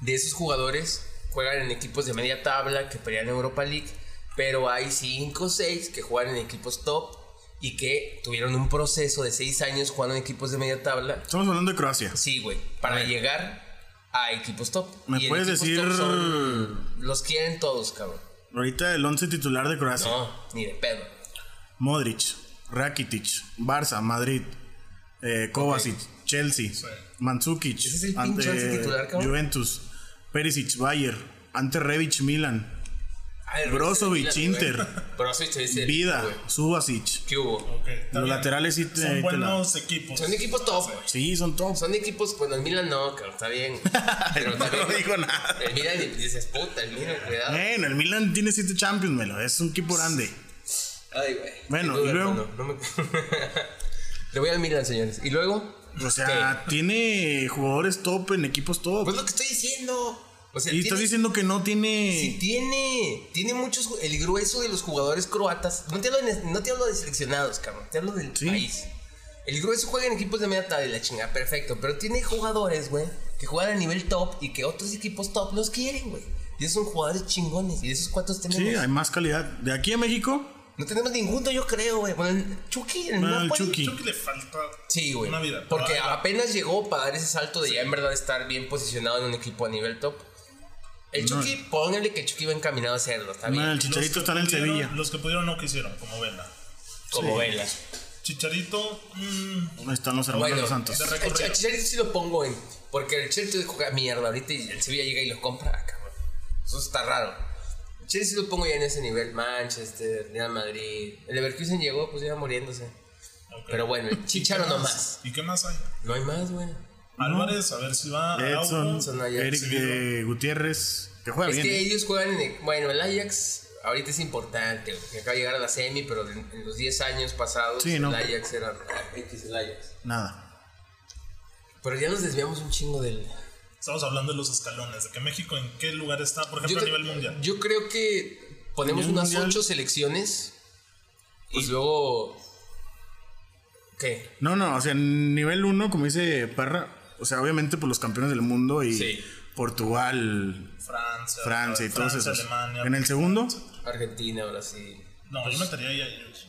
Speaker 2: de esos jugadores juegan en equipos de media tabla que pelean en Europa League, pero hay 5 o 6 que juegan en equipos top y que tuvieron un proceso de 6 años jugando en equipos de media tabla.
Speaker 3: Estamos hablando de Croacia.
Speaker 2: Sí, güey, para llegar a equipos top.
Speaker 3: ¿Me
Speaker 2: Y en
Speaker 3: puedes
Speaker 2: equipos
Speaker 3: decir
Speaker 2: top son- los quieren todos, cabrón.
Speaker 3: ahorita el 11 titular de Croacia?
Speaker 2: No, ni de pedo.
Speaker 3: Modric, Rakitic, Barça, Madrid, eh, Kovacic, Chelsea, Mandzukic,
Speaker 2: Ese es el pinche once titular, cabrón.
Speaker 3: Juventus, Perisic, Bayern, ante Rebic, Milan,
Speaker 2: Ay,
Speaker 3: Brozovic,
Speaker 2: Rubén, [LAUGHS]
Speaker 3: Inter.
Speaker 2: güey. Brozovic es el-
Speaker 3: Vida,
Speaker 2: güey.
Speaker 3: Subasic.
Speaker 2: ¿Qué hubo?
Speaker 1: Ok, está
Speaker 3: Los
Speaker 1: bien.
Speaker 3: laterales sí te-
Speaker 1: Son
Speaker 3: te
Speaker 1: buenos equipos.
Speaker 2: Son equipos top, güey.
Speaker 3: Sí, son todos.
Speaker 2: Son equipos, bueno, el Milan no, cabrón, está bien. [LAUGHS]
Speaker 3: [LAUGHS]
Speaker 2: Pero también,
Speaker 3: no digo nada.
Speaker 2: El Milan Eh, y dices, puta, el Milan, cuidado.
Speaker 3: Bueno, el Milan tiene 7 Champions, Melo. Es un equipo grande.
Speaker 2: Ay, güey.
Speaker 3: Bueno,
Speaker 2: Sin duda,
Speaker 3: y luego-
Speaker 2: hermano, no me- [LAUGHS] Le voy al Milan, señores. Y luego,
Speaker 3: O sea, tiene jugadores top en equipos top.
Speaker 2: pues lo que estoy diciendo. O sea,
Speaker 3: y estás
Speaker 2: tiene-
Speaker 3: diciendo que no
Speaker 2: Sí,
Speaker 3: tiene.
Speaker 2: tiene, tiene muchos, ju- el grueso de los jugadores croatas, no te hablo de, no te hablo de seleccionados, cabrón, te hablo del
Speaker 3: Sí.
Speaker 2: país. El grueso juega en equipos de media tabla y la chingada, perfecto, pero tiene jugadores, güey, que juegan a nivel top y que otros equipos top los quieren, güey. Y esos son jugadores chingones, y de esos cuantos tenemos.
Speaker 3: Sí, hay más calidad. De aquí a México,
Speaker 2: No tenemos ninguno, yo creo, güey. Bueno, el Chucky, el
Speaker 3: Bueno, el
Speaker 2: Napoli.
Speaker 3: Chucky. Ah,
Speaker 1: Creo que le falta
Speaker 2: Sí, güey.
Speaker 1: una vida.
Speaker 2: Porque
Speaker 1: Pero ahí va.
Speaker 2: apenas llegó para dar ese salto de ya en verdad estar bien posicionado en un equipo a nivel top. El
Speaker 3: No.
Speaker 2: Chucky, póngale que el Chucky va encaminado a serlo, está bien.
Speaker 3: el
Speaker 1: Los
Speaker 3: Chicharito
Speaker 1: que
Speaker 3: está en el
Speaker 1: pudieron-
Speaker 3: Sevilla.
Speaker 1: Los que pudieron no quisieron, como Vela.
Speaker 2: Como vela.
Speaker 1: Chicharito, mm,
Speaker 3: Ahí están los hermanos
Speaker 2: Bueno,
Speaker 3: Los Santos.
Speaker 1: de
Speaker 2: el Ch-
Speaker 1: recorrido.
Speaker 2: el Chicharito sí lo pongo en. Porque el Chicharito juega mierda ahorita y el Sevilla llega y lo compra, ah, cabrón. Eso está raro. El Chicharito sí lo pongo ya en ese nivel. Manchester, Real Madrid. El Leverkusen llegó, pues ya muriéndose.
Speaker 1: Ok.
Speaker 2: Pero bueno, [LAUGHS] el Chicharo no más.
Speaker 1: ¿Y qué más hay?
Speaker 2: No hay más, güey.
Speaker 1: Álvarez, a ver si va.
Speaker 3: Edson,
Speaker 1: Araujo.
Speaker 2: Edson, Ajax,
Speaker 3: Eric de Gutiérrez, que juega
Speaker 2: Es
Speaker 3: bien.
Speaker 2: que
Speaker 3: ¿eh?
Speaker 2: ellos juegan en. el- Bueno, el Ajax ahorita es importante, güey, que acaba de llegar a la semi, pero en, en los 10 años pasados
Speaker 3: Sí,
Speaker 2: el
Speaker 3: no.
Speaker 2: Ajax era. ah, X el Ajax.
Speaker 3: Nada.
Speaker 2: Pero ya nos desviamos un chingo del.
Speaker 1: Estamos hablando de los escalones, de que México en qué lugar está, por ejemplo,
Speaker 2: Yo,
Speaker 1: a
Speaker 2: cre-
Speaker 1: nivel mundial.
Speaker 2: yo creo que ponemos
Speaker 3: Nivel
Speaker 2: unas
Speaker 3: mundial. Pues
Speaker 2: 8 selecciones y luego. ¿Qué?
Speaker 3: No, no, o sea, nivel 1, como dice Parra, o sea, obviamente por los campeones del mundo y
Speaker 2: Sí.
Speaker 3: Portugal,
Speaker 1: Francia,
Speaker 3: Francia y todos
Speaker 1: Francia,
Speaker 3: esos.
Speaker 1: Alemania. pues,
Speaker 3: En el segundo,
Speaker 2: Argentina, Brasil.
Speaker 1: No, yo metería ahí a ellos.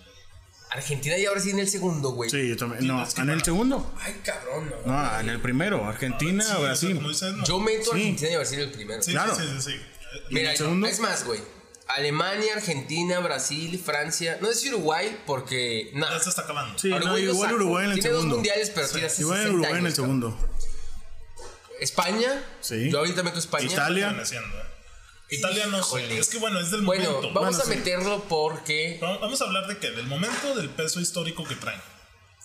Speaker 2: Argentina y ahora sí en el segundo, güey.
Speaker 3: sí, yo también. No,
Speaker 1: es que
Speaker 3: en el
Speaker 1: para-
Speaker 3: segundo.
Speaker 2: Ay, cabrón, no.
Speaker 3: No, en el primero, Argentina,
Speaker 1: Sí, o sea,
Speaker 3: Brasil.
Speaker 1: como dices, no.
Speaker 2: Yo meto a
Speaker 3: Sí.
Speaker 2: Argentina y Brasil el primero.
Speaker 1: Sí,
Speaker 3: claro.
Speaker 1: sí, sí, sí, sí.
Speaker 3: ¿Y en
Speaker 2: Mira,
Speaker 3: el segundo?
Speaker 2: es más, güey. Alemania, Argentina, Brasil, Francia. No es Uruguay porque.
Speaker 1: Ya
Speaker 2: Nah,
Speaker 1: se está acabando.
Speaker 3: Sí, no,
Speaker 2: Uruguay lo
Speaker 3: igual
Speaker 2: sacó.
Speaker 3: Uruguay en el
Speaker 2: Tiene dos
Speaker 3: segundo.
Speaker 2: mundiales, pero tira hace
Speaker 3: Igual
Speaker 2: 60
Speaker 3: Uruguay en el
Speaker 2: años, cabrón.
Speaker 3: segundo.
Speaker 2: España.
Speaker 3: Sí.
Speaker 2: Yo ahorita meto España.
Speaker 1: Están
Speaker 3: Italia,
Speaker 1: haciendo, eh. Italia no sé.
Speaker 2: Híjole.
Speaker 1: Es que bueno, es del
Speaker 2: Bueno,
Speaker 1: momento.
Speaker 2: vamos
Speaker 3: Bueno,
Speaker 2: a
Speaker 3: sí.
Speaker 2: meterlo porque.
Speaker 1: Va- Vamos a hablar de qué? Del momento, del peso histórico que traen.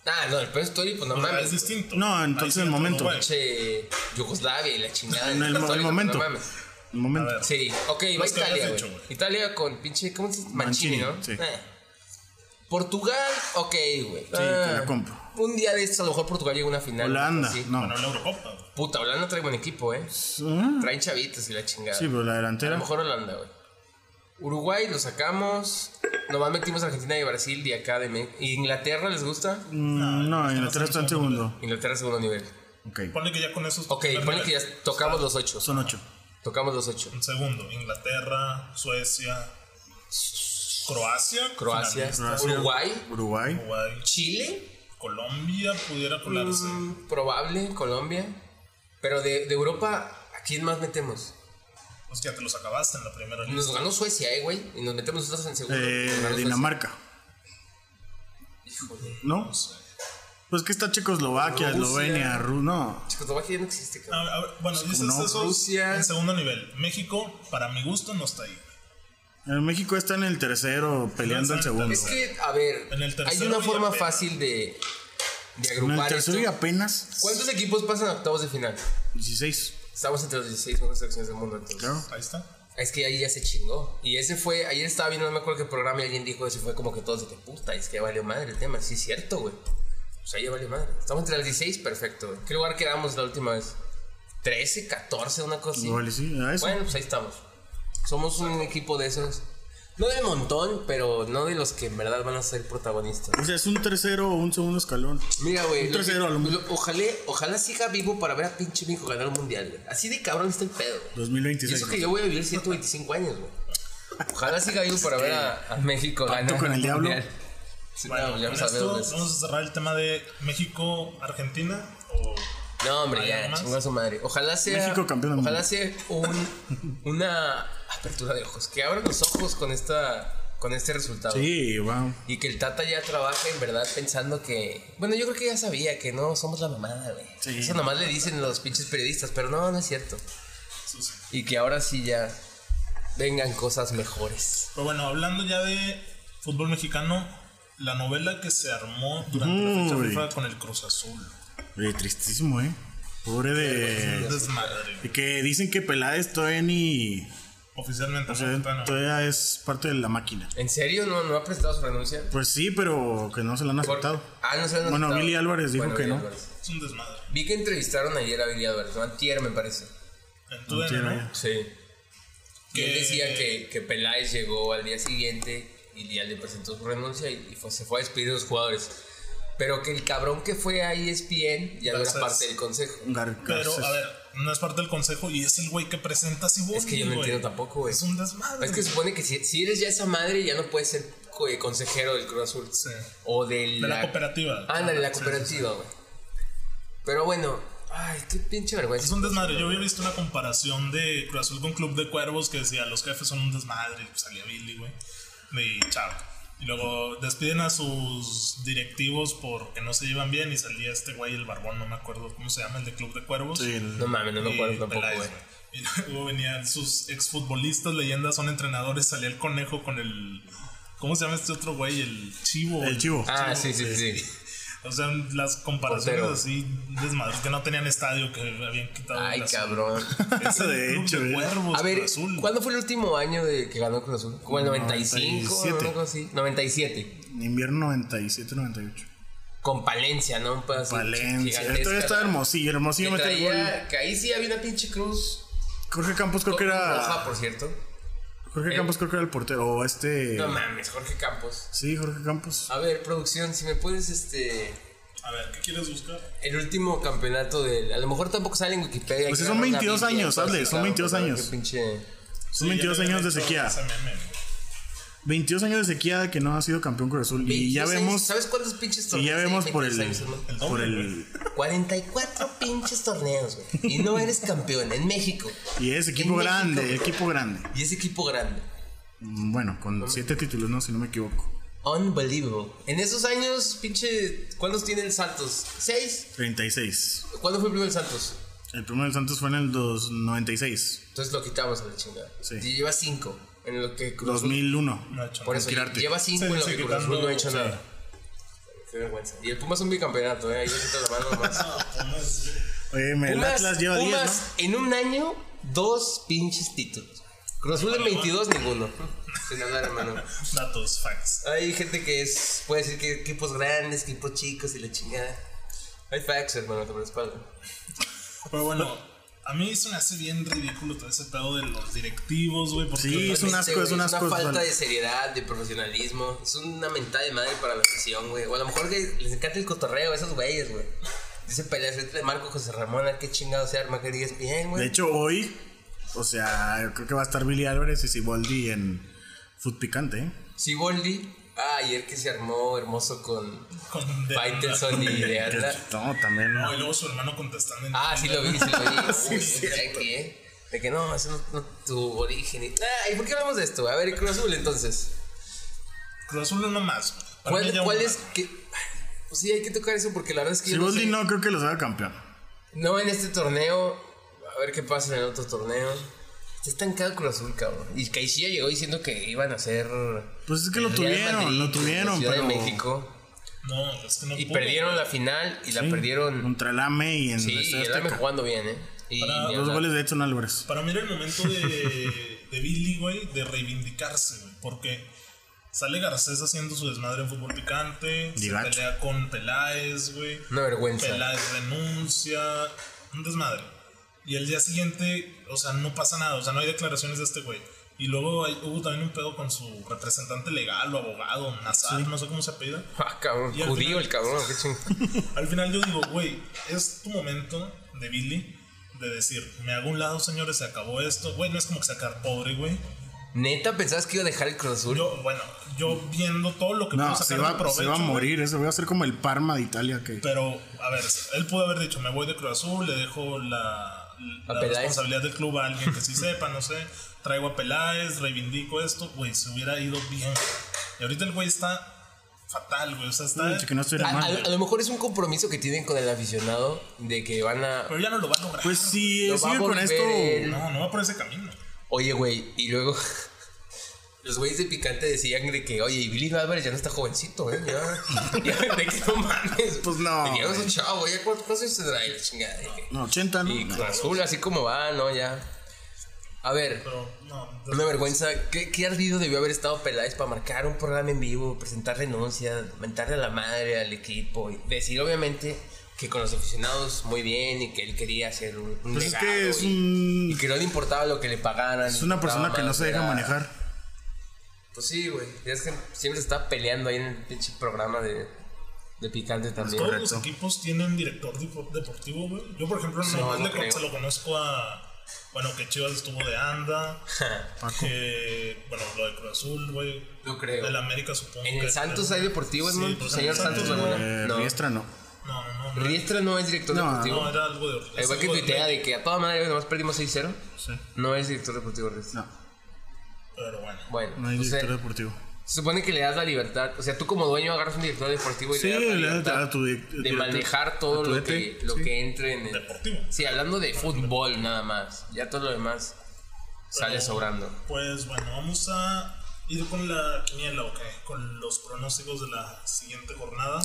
Speaker 2: Ah, no, el peso histórico, no
Speaker 1: O sea,
Speaker 2: mames.
Speaker 1: es distinto.
Speaker 3: No, entonces
Speaker 1: Ahí sí
Speaker 3: el
Speaker 1: entra
Speaker 3: momento.
Speaker 1: Uruguay.
Speaker 2: Che, Yugoslavia y la chingada. [LAUGHS]
Speaker 3: En el mo-
Speaker 2: peso
Speaker 3: el
Speaker 2: histórico,
Speaker 3: momento.
Speaker 2: No mames.
Speaker 3: un momento.
Speaker 1: A ver.
Speaker 2: Sí, ok, va
Speaker 1: Los que habías
Speaker 2: Italia,
Speaker 1: dicho,
Speaker 2: güey.
Speaker 1: güey.
Speaker 2: Italia con pinche, ¿cómo se dice? Mancini,
Speaker 3: Mancini,
Speaker 2: ¿no?
Speaker 3: sí.
Speaker 2: Eh. Portugal, ok, güey. Sí,
Speaker 3: te la compro.
Speaker 2: Un día de estos, a lo mejor Portugal llega a una final.
Speaker 3: Holanda,
Speaker 2: pues, Sí.
Speaker 3: no.
Speaker 1: Bueno, la Eurocopa. güey.
Speaker 2: Puta, Holanda trae buen equipo, ¿eh?
Speaker 3: Ah,
Speaker 2: Traen chavitos y la chingada.
Speaker 3: Sí, pero la
Speaker 2: a lo
Speaker 3: delantera.
Speaker 2: mejor Holanda, güey. Uruguay lo sacamos. Nomás metimos a Argentina y Brasil de acá de México. ¿Inglaterra les gusta?
Speaker 3: Mm, No, Inglaterra está en segundo.
Speaker 2: Inglaterra Ah, segundo nivel.
Speaker 3: Ok,
Speaker 1: Ponle que ya con esos.
Speaker 2: Ok, ponle que ya tocamos los ocho.
Speaker 3: son ocho.
Speaker 2: Tocamos los ocho.
Speaker 1: Un segundo. Inglaterra, Suecia, Croacia.
Speaker 2: Croacia,
Speaker 1: finalista,
Speaker 3: Croacia.
Speaker 2: Uruguay,
Speaker 3: Uruguay.
Speaker 1: Uruguay,
Speaker 2: Chile.
Speaker 1: Colombia pudiera colarse.
Speaker 2: Mm, Probable, Colombia. Pero de, de Europa, ¿a quién más metemos?
Speaker 1: Pues que ya te los acabaste en la primera lista.
Speaker 2: Nos ganó Suecia, eh, güey. Y nos metemos nosotros en segundo.
Speaker 3: Eh,
Speaker 2: Nos ganó Suecia.
Speaker 3: Dinamarca,
Speaker 2: Híjole.
Speaker 3: ¿no? Pues que está Checoslovaquia,
Speaker 2: Rusia.
Speaker 3: Eslovenia, Ru- no.
Speaker 2: Checoslovaquia ya no existe,
Speaker 3: Ah,
Speaker 1: A
Speaker 2: cabrón.
Speaker 1: ver, a ver, bueno, dices
Speaker 3: no,
Speaker 1: esos
Speaker 2: Rusia.
Speaker 1: en segundo nivel. México, para mi gusto, no está ahí.
Speaker 3: Eh, México está en el tercero, peleando el
Speaker 1: Exacto.
Speaker 3: segundo.
Speaker 1: Es
Speaker 2: Es que, a ver,
Speaker 1: En el
Speaker 2: hay
Speaker 1: tercero
Speaker 2: una
Speaker 1: ya
Speaker 2: forma
Speaker 1: pe-
Speaker 2: fácil de, de
Speaker 3: En el
Speaker 2: agrupar
Speaker 3: tercero y
Speaker 2: esto.
Speaker 3: apenas
Speaker 2: ¿Cuántos equipos pasan a octavos de final?
Speaker 3: 16,
Speaker 2: Estamos entre los 16 mejores selecciones del mundo. Entonces.
Speaker 3: claro.
Speaker 1: Ahí está.
Speaker 2: Es que ahí ya se chingó. Y ese fue, ayer estaba viendo, no me acuerdo qué programa y alguien dijo eso. y Fue como que todos de que puta, es que ya valió madre el tema. Sí, es cierto, güey. O sea, ya valió madre. Estamos entre los 16, perfecto, güey. ¿Qué lugar quedamos la última vez? 13, 14, una cosa así.
Speaker 3: Igual y sí, a eso.
Speaker 2: Bueno, pues ahí estamos. Somos un equipo de esos. No de montón, pero no de los que en verdad van a ser protagonistas.
Speaker 3: O sea, es un tercero o un segundo escalón.
Speaker 2: Mira, güey.
Speaker 3: Un
Speaker 2: lo
Speaker 3: tercero,
Speaker 2: que-
Speaker 3: a lo
Speaker 2: lo- ojalá, ojalá siga vivo para ver a pinche México ganar el mundial, güey. Así de cabrón está el pedo, güey. Y
Speaker 3: 2026.
Speaker 2: eso que yo voy a vivir 125 años, güey. Ojalá siga vivo para ver a, a México ganar
Speaker 3: con el diablo.
Speaker 2: mundial. Sí,
Speaker 1: Bueno,
Speaker 2: no, ya
Speaker 1: con
Speaker 2: me sabes
Speaker 1: esto
Speaker 2: dónde es.
Speaker 1: vamos a cerrar el tema de México-Argentina. O...
Speaker 2: No, hombre,
Speaker 1: ¿Hay
Speaker 2: ya,
Speaker 1: algo más?
Speaker 2: chinga su madre. Ojalá sea.
Speaker 3: México campeón del
Speaker 2: Ojalá
Speaker 3: mundo.
Speaker 2: sea un- una apertura de ojos. Que abran los ojos con esta. Con este resultado.
Speaker 3: Sí, wow.
Speaker 2: Y que el Tata ya trabaje en verdad pensando que. Bueno, yo creo que ya sabía que no somos la mamada, güey.
Speaker 3: Sí.
Speaker 2: Eso nomás le dicen los pinches periodistas, pero no, no es cierto.
Speaker 1: Sí, sí.
Speaker 2: Y que ahora sí ya vengan cosas mejores.
Speaker 1: Pero bueno, hablando ya de fútbol mexicano, la novela que se armó durante la
Speaker 3: Uy.
Speaker 1: fecha FIFA con el Cruz Azul.
Speaker 3: Oye, tristísimo, ¿eh? Pobre de...
Speaker 1: Desmadre.
Speaker 2: pues,
Speaker 3: de Que dicen que Peláez todavía ni...
Speaker 1: Oficialmente.
Speaker 3: O sea,
Speaker 1: bueno,
Speaker 3: todavía es parte de la máquina.
Speaker 2: ¿En serio? ¿No, no ha prestado su renuncia?
Speaker 3: Pues sí, pero que no se la han
Speaker 2: Por-
Speaker 3: aceptado.
Speaker 2: Ah, no se lo han
Speaker 3: Bueno,
Speaker 2: aceptado.
Speaker 3: Billy Álvarez dijo que
Speaker 2: Billy
Speaker 3: no.
Speaker 2: Álvarez.
Speaker 1: es un desmadre.
Speaker 2: Vi que entrevistaron ayer a Billy Álvarez, ¿no? Antier, me parece.
Speaker 1: En tu DN,
Speaker 3: Entiendo,
Speaker 1: ¿no?
Speaker 3: ya.
Speaker 2: Sí. Y él
Speaker 1: Que-
Speaker 2: decía que, que Peláez llegó al día siguiente y ya le presentó su renuncia y, y fue- se fue a despedir de los jugadores. Pero que el cabrón que fue a E ESPN ya no era
Speaker 1: Gracias.
Speaker 2: parte del consejo.
Speaker 3: Gar-
Speaker 1: Pero,
Speaker 3: Garces.
Speaker 1: a ver, no es parte del consejo y es el güey que presenta si
Speaker 2: Es que yo no entiendo tampoco, güey.
Speaker 1: Es un desmadre.
Speaker 2: Es que supone que si, si eres ya esa madre, ya no puedes ser co- eh, consejero del Cruz Azul.
Speaker 1: Sí.
Speaker 2: O del,
Speaker 1: De la cooperativa.
Speaker 2: Ándale, la
Speaker 1: Sí, sí, sí.
Speaker 2: cooperativa, güey. Pero bueno, ay, qué pinche vergüenza.
Speaker 1: Es un desmadre. Yo había visto una comparación de Cruz Azul con Club de Cuervos que decía los jefes son un desmadre. y Salía Billy, güey. Y chao. Y luego despiden a sus directivos porque no se llevan bien y salía este güey, el barbón, no me acuerdo cómo se llama, el de Club de Cuervos.
Speaker 3: Sí, el-
Speaker 2: No mames, no me
Speaker 1: Y
Speaker 2: acuerdo tampoco,
Speaker 1: Peláez,
Speaker 2: güey.
Speaker 1: Y luego venían sus exfutbolistas, leyendas, son entrenadores. Salía el conejo con el. ¿Cómo se llama este otro güey? El chivo.
Speaker 3: El chivo.
Speaker 2: Ah, sí, sí, sí.
Speaker 1: O sea, las comparaciones
Speaker 2: Portero.
Speaker 1: así desmadres que no tenían estadio, que habían quitado.
Speaker 2: Ay,
Speaker 1: el azul.
Speaker 2: cabrón.
Speaker 3: [LAUGHS]
Speaker 1: Es el
Speaker 3: De
Speaker 1: Club
Speaker 3: hecho,
Speaker 1: de
Speaker 3: eh.
Speaker 1: Cuervos,
Speaker 2: A ver,
Speaker 1: Cruz Azul.
Speaker 2: ¿cuándo fue el último año de que ganó Cruz Azul? Como el 95, ¿no?
Speaker 3: 97.
Speaker 2: Algo así. 97.
Speaker 3: Invierno 97-98.
Speaker 2: Con Palencia, ¿no? Un pedazo
Speaker 3: Valencia.
Speaker 2: gigantesca.
Speaker 3: Todavía está hermosillo, hermosillo
Speaker 2: Que,
Speaker 3: mete el gol.
Speaker 2: traía, que ahí sí había una pinche cruz.
Speaker 3: Jorge Campos creo que
Speaker 2: Roja,
Speaker 3: era.
Speaker 2: por cierto.
Speaker 3: Jorge Campos creo que era el portero. O este.
Speaker 2: eh, No Ah, mames, Jorge Campos.
Speaker 3: Sí, Jorge Campos.
Speaker 2: A ver, producción, si me puedes, este...
Speaker 1: A ver, ¿qué quieres buscar?
Speaker 2: El último campeonato del... A lo mejor tampoco sale en Wikipedia. hay
Speaker 3: Pues
Speaker 2: que
Speaker 3: son
Speaker 2: agarrar una
Speaker 3: 22
Speaker 2: Biblia,
Speaker 3: años,
Speaker 2: entonces,
Speaker 3: hazle, son
Speaker 2: claro,
Speaker 3: 22
Speaker 2: pero
Speaker 3: años.
Speaker 2: qué pinche...
Speaker 3: Son 22
Speaker 1: ya le
Speaker 3: años
Speaker 1: habían
Speaker 3: de
Speaker 1: hecho
Speaker 3: sequía.
Speaker 1: ese meme, güey.
Speaker 3: 22 años de sequía de que no ha sido campeón Cruz Azul. Y ya
Speaker 2: 26,
Speaker 3: vemos.
Speaker 2: ¿Sabes cuántos pinches
Speaker 3: Y ya
Speaker 2: hay?
Speaker 3: vemos por
Speaker 2: 26
Speaker 3: el.
Speaker 2: años, hermano.
Speaker 1: El
Speaker 3: Por
Speaker 1: doble,
Speaker 3: el.
Speaker 2: 44 pinches torneos, güey. Y no eres campeón en México.
Speaker 3: [LAUGHS] Y es equipo
Speaker 2: En México,
Speaker 3: grande,
Speaker 2: güey.
Speaker 3: equipo grande.
Speaker 2: Y ese equipo grande.
Speaker 3: Mm, Bueno, con 7 títulos, no, si no me equivoco.
Speaker 2: Unbelievable. En esos años, pinche. ¿Cuántos tiene el Santos? ¿Seis?
Speaker 3: 36.
Speaker 2: ¿Cuándo fue el primer Santos?
Speaker 3: El primero del Santos fue en el 2- 96.
Speaker 2: Entonces lo quitamos a la chingada.
Speaker 3: Sí.
Speaker 2: Y lleva cinco. En lo que Cruz Azul-
Speaker 3: 2001.
Speaker 1: No ha hecho
Speaker 2: Por
Speaker 1: nada. [LAUGHS]
Speaker 2: eso,
Speaker 3: tirarte.
Speaker 2: lleva cinco
Speaker 1: Sí,
Speaker 2: en lo
Speaker 1: sí,
Speaker 2: que Cruz Azul
Speaker 1: quitando-
Speaker 2: no ha hecho
Speaker 1: sí.
Speaker 2: nada. Qué vergüenza. Y el Pumas es un bicampeonato, eh. Ahí le quito la mano nomás.
Speaker 1: Pumas,
Speaker 3: Oye, me- [LAUGHS] el Atlas lleva 10,
Speaker 2: Pumas, en un año, dos pinches títulos. Cruz Azul en 22, ninguno. Sin hablar, hermano.
Speaker 1: Datos, facts.
Speaker 2: Hay gente que es, puede decir que equipos grandes, equipos chicos y la chingada. Hay facts, hermano, te espalda.
Speaker 1: Pero bueno, a mí se me hace bien ridículo todo ese pedo de los directivos, güey. porque-
Speaker 3: Sí, es un asco,
Speaker 2: Este,
Speaker 3: es un
Speaker 2: güey,
Speaker 3: asco,
Speaker 2: una falta
Speaker 3: vale.
Speaker 2: de seriedad, de profesionalismo. Es una mentada de madre para la afición, güey. O a lo mejor que les encanta el cotorreo a esos güeyes, güey. Dice peleas de Marco José Ramona, qué chingado se arma, que digas bien,
Speaker 3: De
Speaker 2: güey.
Speaker 3: hecho, hoy, o sea, creo que va a estar Billy Álvarez y Siboldi en Food Picante. ¿eh?
Speaker 2: Siboldi, Ah, y el que se armó hermoso con
Speaker 1: [LAUGHS] Con de-
Speaker 2: Faitelson y de Atla.
Speaker 3: No, también.
Speaker 1: No, y luego su hermano contestando. en-
Speaker 2: Ah, sí lo vi, sí lo
Speaker 3: [LAUGHS]
Speaker 2: vi. Uy,
Speaker 1: es
Speaker 2: ¿de
Speaker 1: cierto.
Speaker 2: qué? De que no, eso no, no tu origen. Y, ah, ¿y por qué hablamos de esto? A ver, Cruz Azul entonces.
Speaker 1: Cruz Azul no más. güey. Para mí
Speaker 2: ¿Cuál,
Speaker 1: ya
Speaker 2: cuál
Speaker 1: uno
Speaker 2: es
Speaker 1: más.
Speaker 2: que.? Pues sí, hay que tocar eso porque la verdad es que. yo no,
Speaker 3: Siboldi
Speaker 2: sé.
Speaker 3: no creo que los haga campeón.
Speaker 2: No en este torneo. A ver qué pasa en el otro torneo. Está estancado Cruz Azul, cabrón. Y Caixilla llegó diciendo que iban a ser.
Speaker 3: Pues es que lo
Speaker 2: el Real
Speaker 3: tuvieron,
Speaker 2: Madrid,
Speaker 3: lo tuvieron,
Speaker 2: la Ciudad de
Speaker 3: pero-
Speaker 2: México.
Speaker 1: No, es que no
Speaker 2: Y
Speaker 1: pudo.
Speaker 2: perdieron la final y la
Speaker 3: Sí,
Speaker 2: perdieron.
Speaker 3: Contra el AME y en
Speaker 2: Sí,
Speaker 3: el
Speaker 2: y
Speaker 3: Estadio
Speaker 2: el AME
Speaker 3: Azteca.
Speaker 2: jugando bien, ¿eh? Y,
Speaker 1: Para
Speaker 2: y
Speaker 3: Dos
Speaker 2: el-
Speaker 3: goles de Edson Álvarez.
Speaker 1: Para mí era el momento de, de Billy, güey, de reivindicarse, güey. Porque sale Garcés haciendo su desmadre en fútbol picante.
Speaker 3: Divacho.
Speaker 1: Se pelea con Peláez, güey.
Speaker 2: Una vergüenza.
Speaker 1: Peláez renuncia. Un desmadre. Y el día siguiente, o sea, no pasa nada. O sea, no hay declaraciones de este güey. Y luego hay- hubo también un pedo con su representante legal o abogado, Nazar, no sé cómo se apellida.
Speaker 2: Ah, cabrón.
Speaker 1: Y al
Speaker 2: Judío
Speaker 1: final-
Speaker 2: el cabrón. qué
Speaker 3: [LAUGHS]
Speaker 2: ching-
Speaker 1: Al final yo digo, güey, es tu momento de Billy de decir, me hago un lado, señores, se acabó esto. Güey, no es como que sacar pobre, güey.
Speaker 2: Neta, pensabas que iba a dejar el Cruz Azul.
Speaker 1: Yo, bueno, yo viendo todo lo que
Speaker 3: No,
Speaker 1: puedo sacar
Speaker 3: se
Speaker 1: de
Speaker 3: va,
Speaker 1: provecho.
Speaker 3: se va a
Speaker 1: güey,
Speaker 3: morir. Eso va a ser como el Parma de Italia. que
Speaker 1: Pero, a ver, él pudo haber dicho, me voy de Cruz Azul, le dejo la,
Speaker 2: A
Speaker 1: la
Speaker 2: Peláez.
Speaker 1: responsabilidad del club a alguien que sí sepa, no sé, traigo a Peláez, reivindico esto, güey, se hubiera ido bien. Y ahorita el güey está fatal, güey, o sea, está...
Speaker 3: Uy, que no estuviera
Speaker 2: A,
Speaker 3: mal.
Speaker 2: a- a lo mejor es un compromiso que tienen con el aficionado de que van a.
Speaker 1: Pero ya no lo va a lograr.
Speaker 3: Pues si
Speaker 2: Lo va a
Speaker 3: sigue con
Speaker 2: volver
Speaker 3: esto.
Speaker 2: el-
Speaker 1: No, no va por ese camino.
Speaker 2: Oye, güey, y luego. [LAUGHS] Los güeyes de picante decían de que, oye, y Billy Álvarez ya no está jovencito, ¿eh? Ya, [LAUGHS] ya de que no mames.
Speaker 3: Pues no,
Speaker 2: Tenía
Speaker 3: güey.
Speaker 2: un chavo, ya cuántos cuántos años tendrá y la chingada. Y que-
Speaker 3: No, 80, ¿no?
Speaker 2: Y
Speaker 3: No.
Speaker 2: Cruz Azul, así como va, ¿no? Ya. A ver,
Speaker 1: Pero, no.
Speaker 2: Una vergüenza. ¿Qué, qué ardido debió haber estado Peláez para marcar un programa en vivo, presentar renuncia, mentarle a la madre, al equipo, y decir obviamente que con los aficionados muy bien y que él quería hacer un, un
Speaker 3: Pues es
Speaker 2: legado
Speaker 3: que es
Speaker 2: y, y
Speaker 3: un.
Speaker 2: que no le importaba lo que le pagaran.
Speaker 3: Es una persona que no se deja manejar.
Speaker 2: Pues sí, güey. Es que siempre se está peleando ahí en el pinche programa de, de Picante también.
Speaker 1: Todos los equipos tienen director depo- deportivo, güey. Yo, por ejemplo, no,
Speaker 2: no
Speaker 1: le con-
Speaker 2: creo.
Speaker 1: se lo conozco a. Bueno, que Chivas estuvo de
Speaker 2: [LAUGHS]
Speaker 1: anda. que. Bueno, lo de Cruz Azul, güey.
Speaker 2: No creo.
Speaker 1: Del América, supongo.
Speaker 2: En
Speaker 1: que-
Speaker 2: el Santos hay deportivo,
Speaker 1: Sí,
Speaker 2: Edmond?
Speaker 1: pues, en
Speaker 2: señor
Speaker 1: el Santos,
Speaker 2: Santos Laguna.
Speaker 3: Eh,
Speaker 2: No.
Speaker 3: Riestra no.
Speaker 1: No, no, no. No,
Speaker 2: Riestra no es director
Speaker 3: No,
Speaker 2: deportivo.
Speaker 1: no, era algo de.
Speaker 2: Al
Speaker 1: es
Speaker 2: Igual que
Speaker 1: algo de-
Speaker 2: tuitea de que a toda madre nomás perdimos 6-0.
Speaker 3: Sí.
Speaker 2: No es director deportivo Riestra.
Speaker 3: No,
Speaker 1: Pero bueno.
Speaker 2: Bueno,
Speaker 3: no hay
Speaker 2: o sea,
Speaker 3: director deportivo.
Speaker 2: se supone que le das la libertad. O sea, tú como dueño agarras un director deportivo y
Speaker 3: Sí,
Speaker 2: le das la
Speaker 3: le das
Speaker 2: libertad
Speaker 3: a tu di-
Speaker 2: de
Speaker 3: director-
Speaker 2: manejar todo
Speaker 3: a tu
Speaker 2: lo,
Speaker 3: DT,
Speaker 2: que, lo
Speaker 3: sí.
Speaker 2: que entre en el...
Speaker 1: Deportivo.
Speaker 2: Sí, hablando de fútbol nada más. Ya todo lo demás sale
Speaker 1: Pero,
Speaker 2: sobrando.
Speaker 1: Pues bueno, vamos a ir con la quiniela, ok. Con los pronósticos de la siguiente jornada.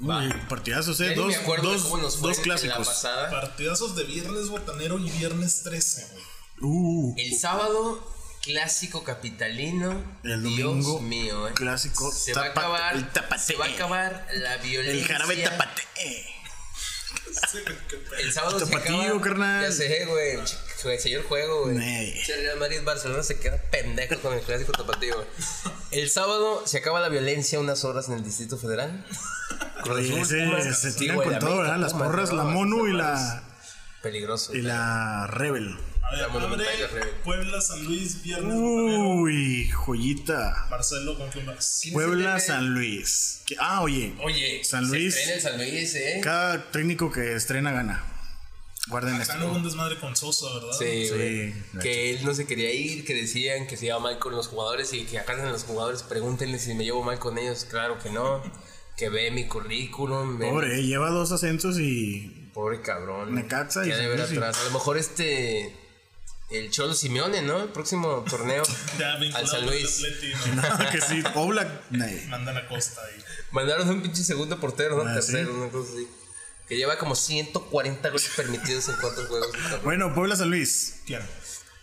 Speaker 3: Uy, partidazos,
Speaker 2: Ya
Speaker 3: eh.
Speaker 2: ni
Speaker 3: Dos,
Speaker 2: me acuerdo de cómo nos
Speaker 3: dos,
Speaker 2: fue
Speaker 3: dos
Speaker 2: en la
Speaker 3: clásicos.
Speaker 2: pasada.
Speaker 1: Partidazos de viernes botanero y viernes 13, güey.
Speaker 3: Uh,
Speaker 2: El sábado, clásico capitalino.
Speaker 3: El domingo,
Speaker 2: Dios mío, eh.
Speaker 3: clásico
Speaker 2: Se va a
Speaker 3: tapa-
Speaker 2: acabar.
Speaker 3: el tapateo.
Speaker 2: Se va a acabar la violencia.
Speaker 3: el jarabe tapate.
Speaker 1: Sí, qué pedo.
Speaker 2: El sábado se
Speaker 3: Tapatío,
Speaker 2: acaba.
Speaker 3: carnal.
Speaker 2: Ya sé, güey. Ch- güey, Señor juego, güey.
Speaker 3: Ney.
Speaker 2: Che, Real Madrid Barcelona se queda pendejo con el clásico tapatío. güey. El sábado se acaba la violencia unas horas en el Distrito Federal. Cruz
Speaker 3: Oye,
Speaker 2: Azul,
Speaker 3: ese
Speaker 2: Pumas,
Speaker 3: se
Speaker 2: sí,
Speaker 3: tiran
Speaker 2: güey,
Speaker 3: con
Speaker 2: la
Speaker 3: todo,
Speaker 2: América,
Speaker 3: ¿verdad? Las
Speaker 2: Pumas,
Speaker 3: porras,
Speaker 2: ¿no?
Speaker 3: la mono y
Speaker 2: Madres.
Speaker 3: la,
Speaker 2: Peligroso.
Speaker 3: y la rebel.
Speaker 1: A ver,
Speaker 2: La monumental de
Speaker 1: abre
Speaker 2: Rebel.
Speaker 1: Puebla, San Luis, viernes
Speaker 3: Uh.
Speaker 1: botanero.
Speaker 3: Uy, joyita.
Speaker 1: Marcelo, ¿con quién vas?
Speaker 2: ¿Quién se
Speaker 3: Puebla,
Speaker 2: tiene-
Speaker 3: San Luis. Que- Ah, oye.
Speaker 2: Oye,
Speaker 3: San
Speaker 2: se
Speaker 3: Luis.
Speaker 2: estrena el San Luis, eh.
Speaker 3: Cada técnico que estrena gana. Guarden
Speaker 1: Acá no hubo
Speaker 3: esto.
Speaker 1: un desmadre con Sosa, ¿verdad?
Speaker 2: Sí,
Speaker 3: Sí,
Speaker 2: güey.
Speaker 3: gacho.
Speaker 2: que él no se quería ir, que decían que se iba mal con los jugadores y que acá en los jugadores pregúntenle si me llevo mal con ellos. Claro que no. Que ve mi currículum. ve-
Speaker 3: Pobre, eh, lleva dos ascensos y. [LAUGHS]
Speaker 2: Pobre cabrón.
Speaker 3: Necaxa y
Speaker 2: Ya de ver
Speaker 3: San Luis.
Speaker 2: atrás. A lo mejor este. El Cholo Simeone, ¿no? El
Speaker 3: [LAUGHS]
Speaker 2: próximo torneo.
Speaker 1: Ya vinculado
Speaker 2: al San
Speaker 1: con el
Speaker 2: Luis.
Speaker 1: Atleti, ¿no?
Speaker 3: que sí,
Speaker 2: [LAUGHS]
Speaker 3: Oblak. nee.
Speaker 1: Mandan a Costa ahí.
Speaker 2: Mandaron un pinche segundo portero, ¿no?
Speaker 3: Ah, ¿sí?
Speaker 2: Tercero, una cosa así. Que lleva como 140 goles permitidos en cuatro juegos. cabrón.
Speaker 3: Bueno, Puebla, San Luis.
Speaker 1: ¿Quién?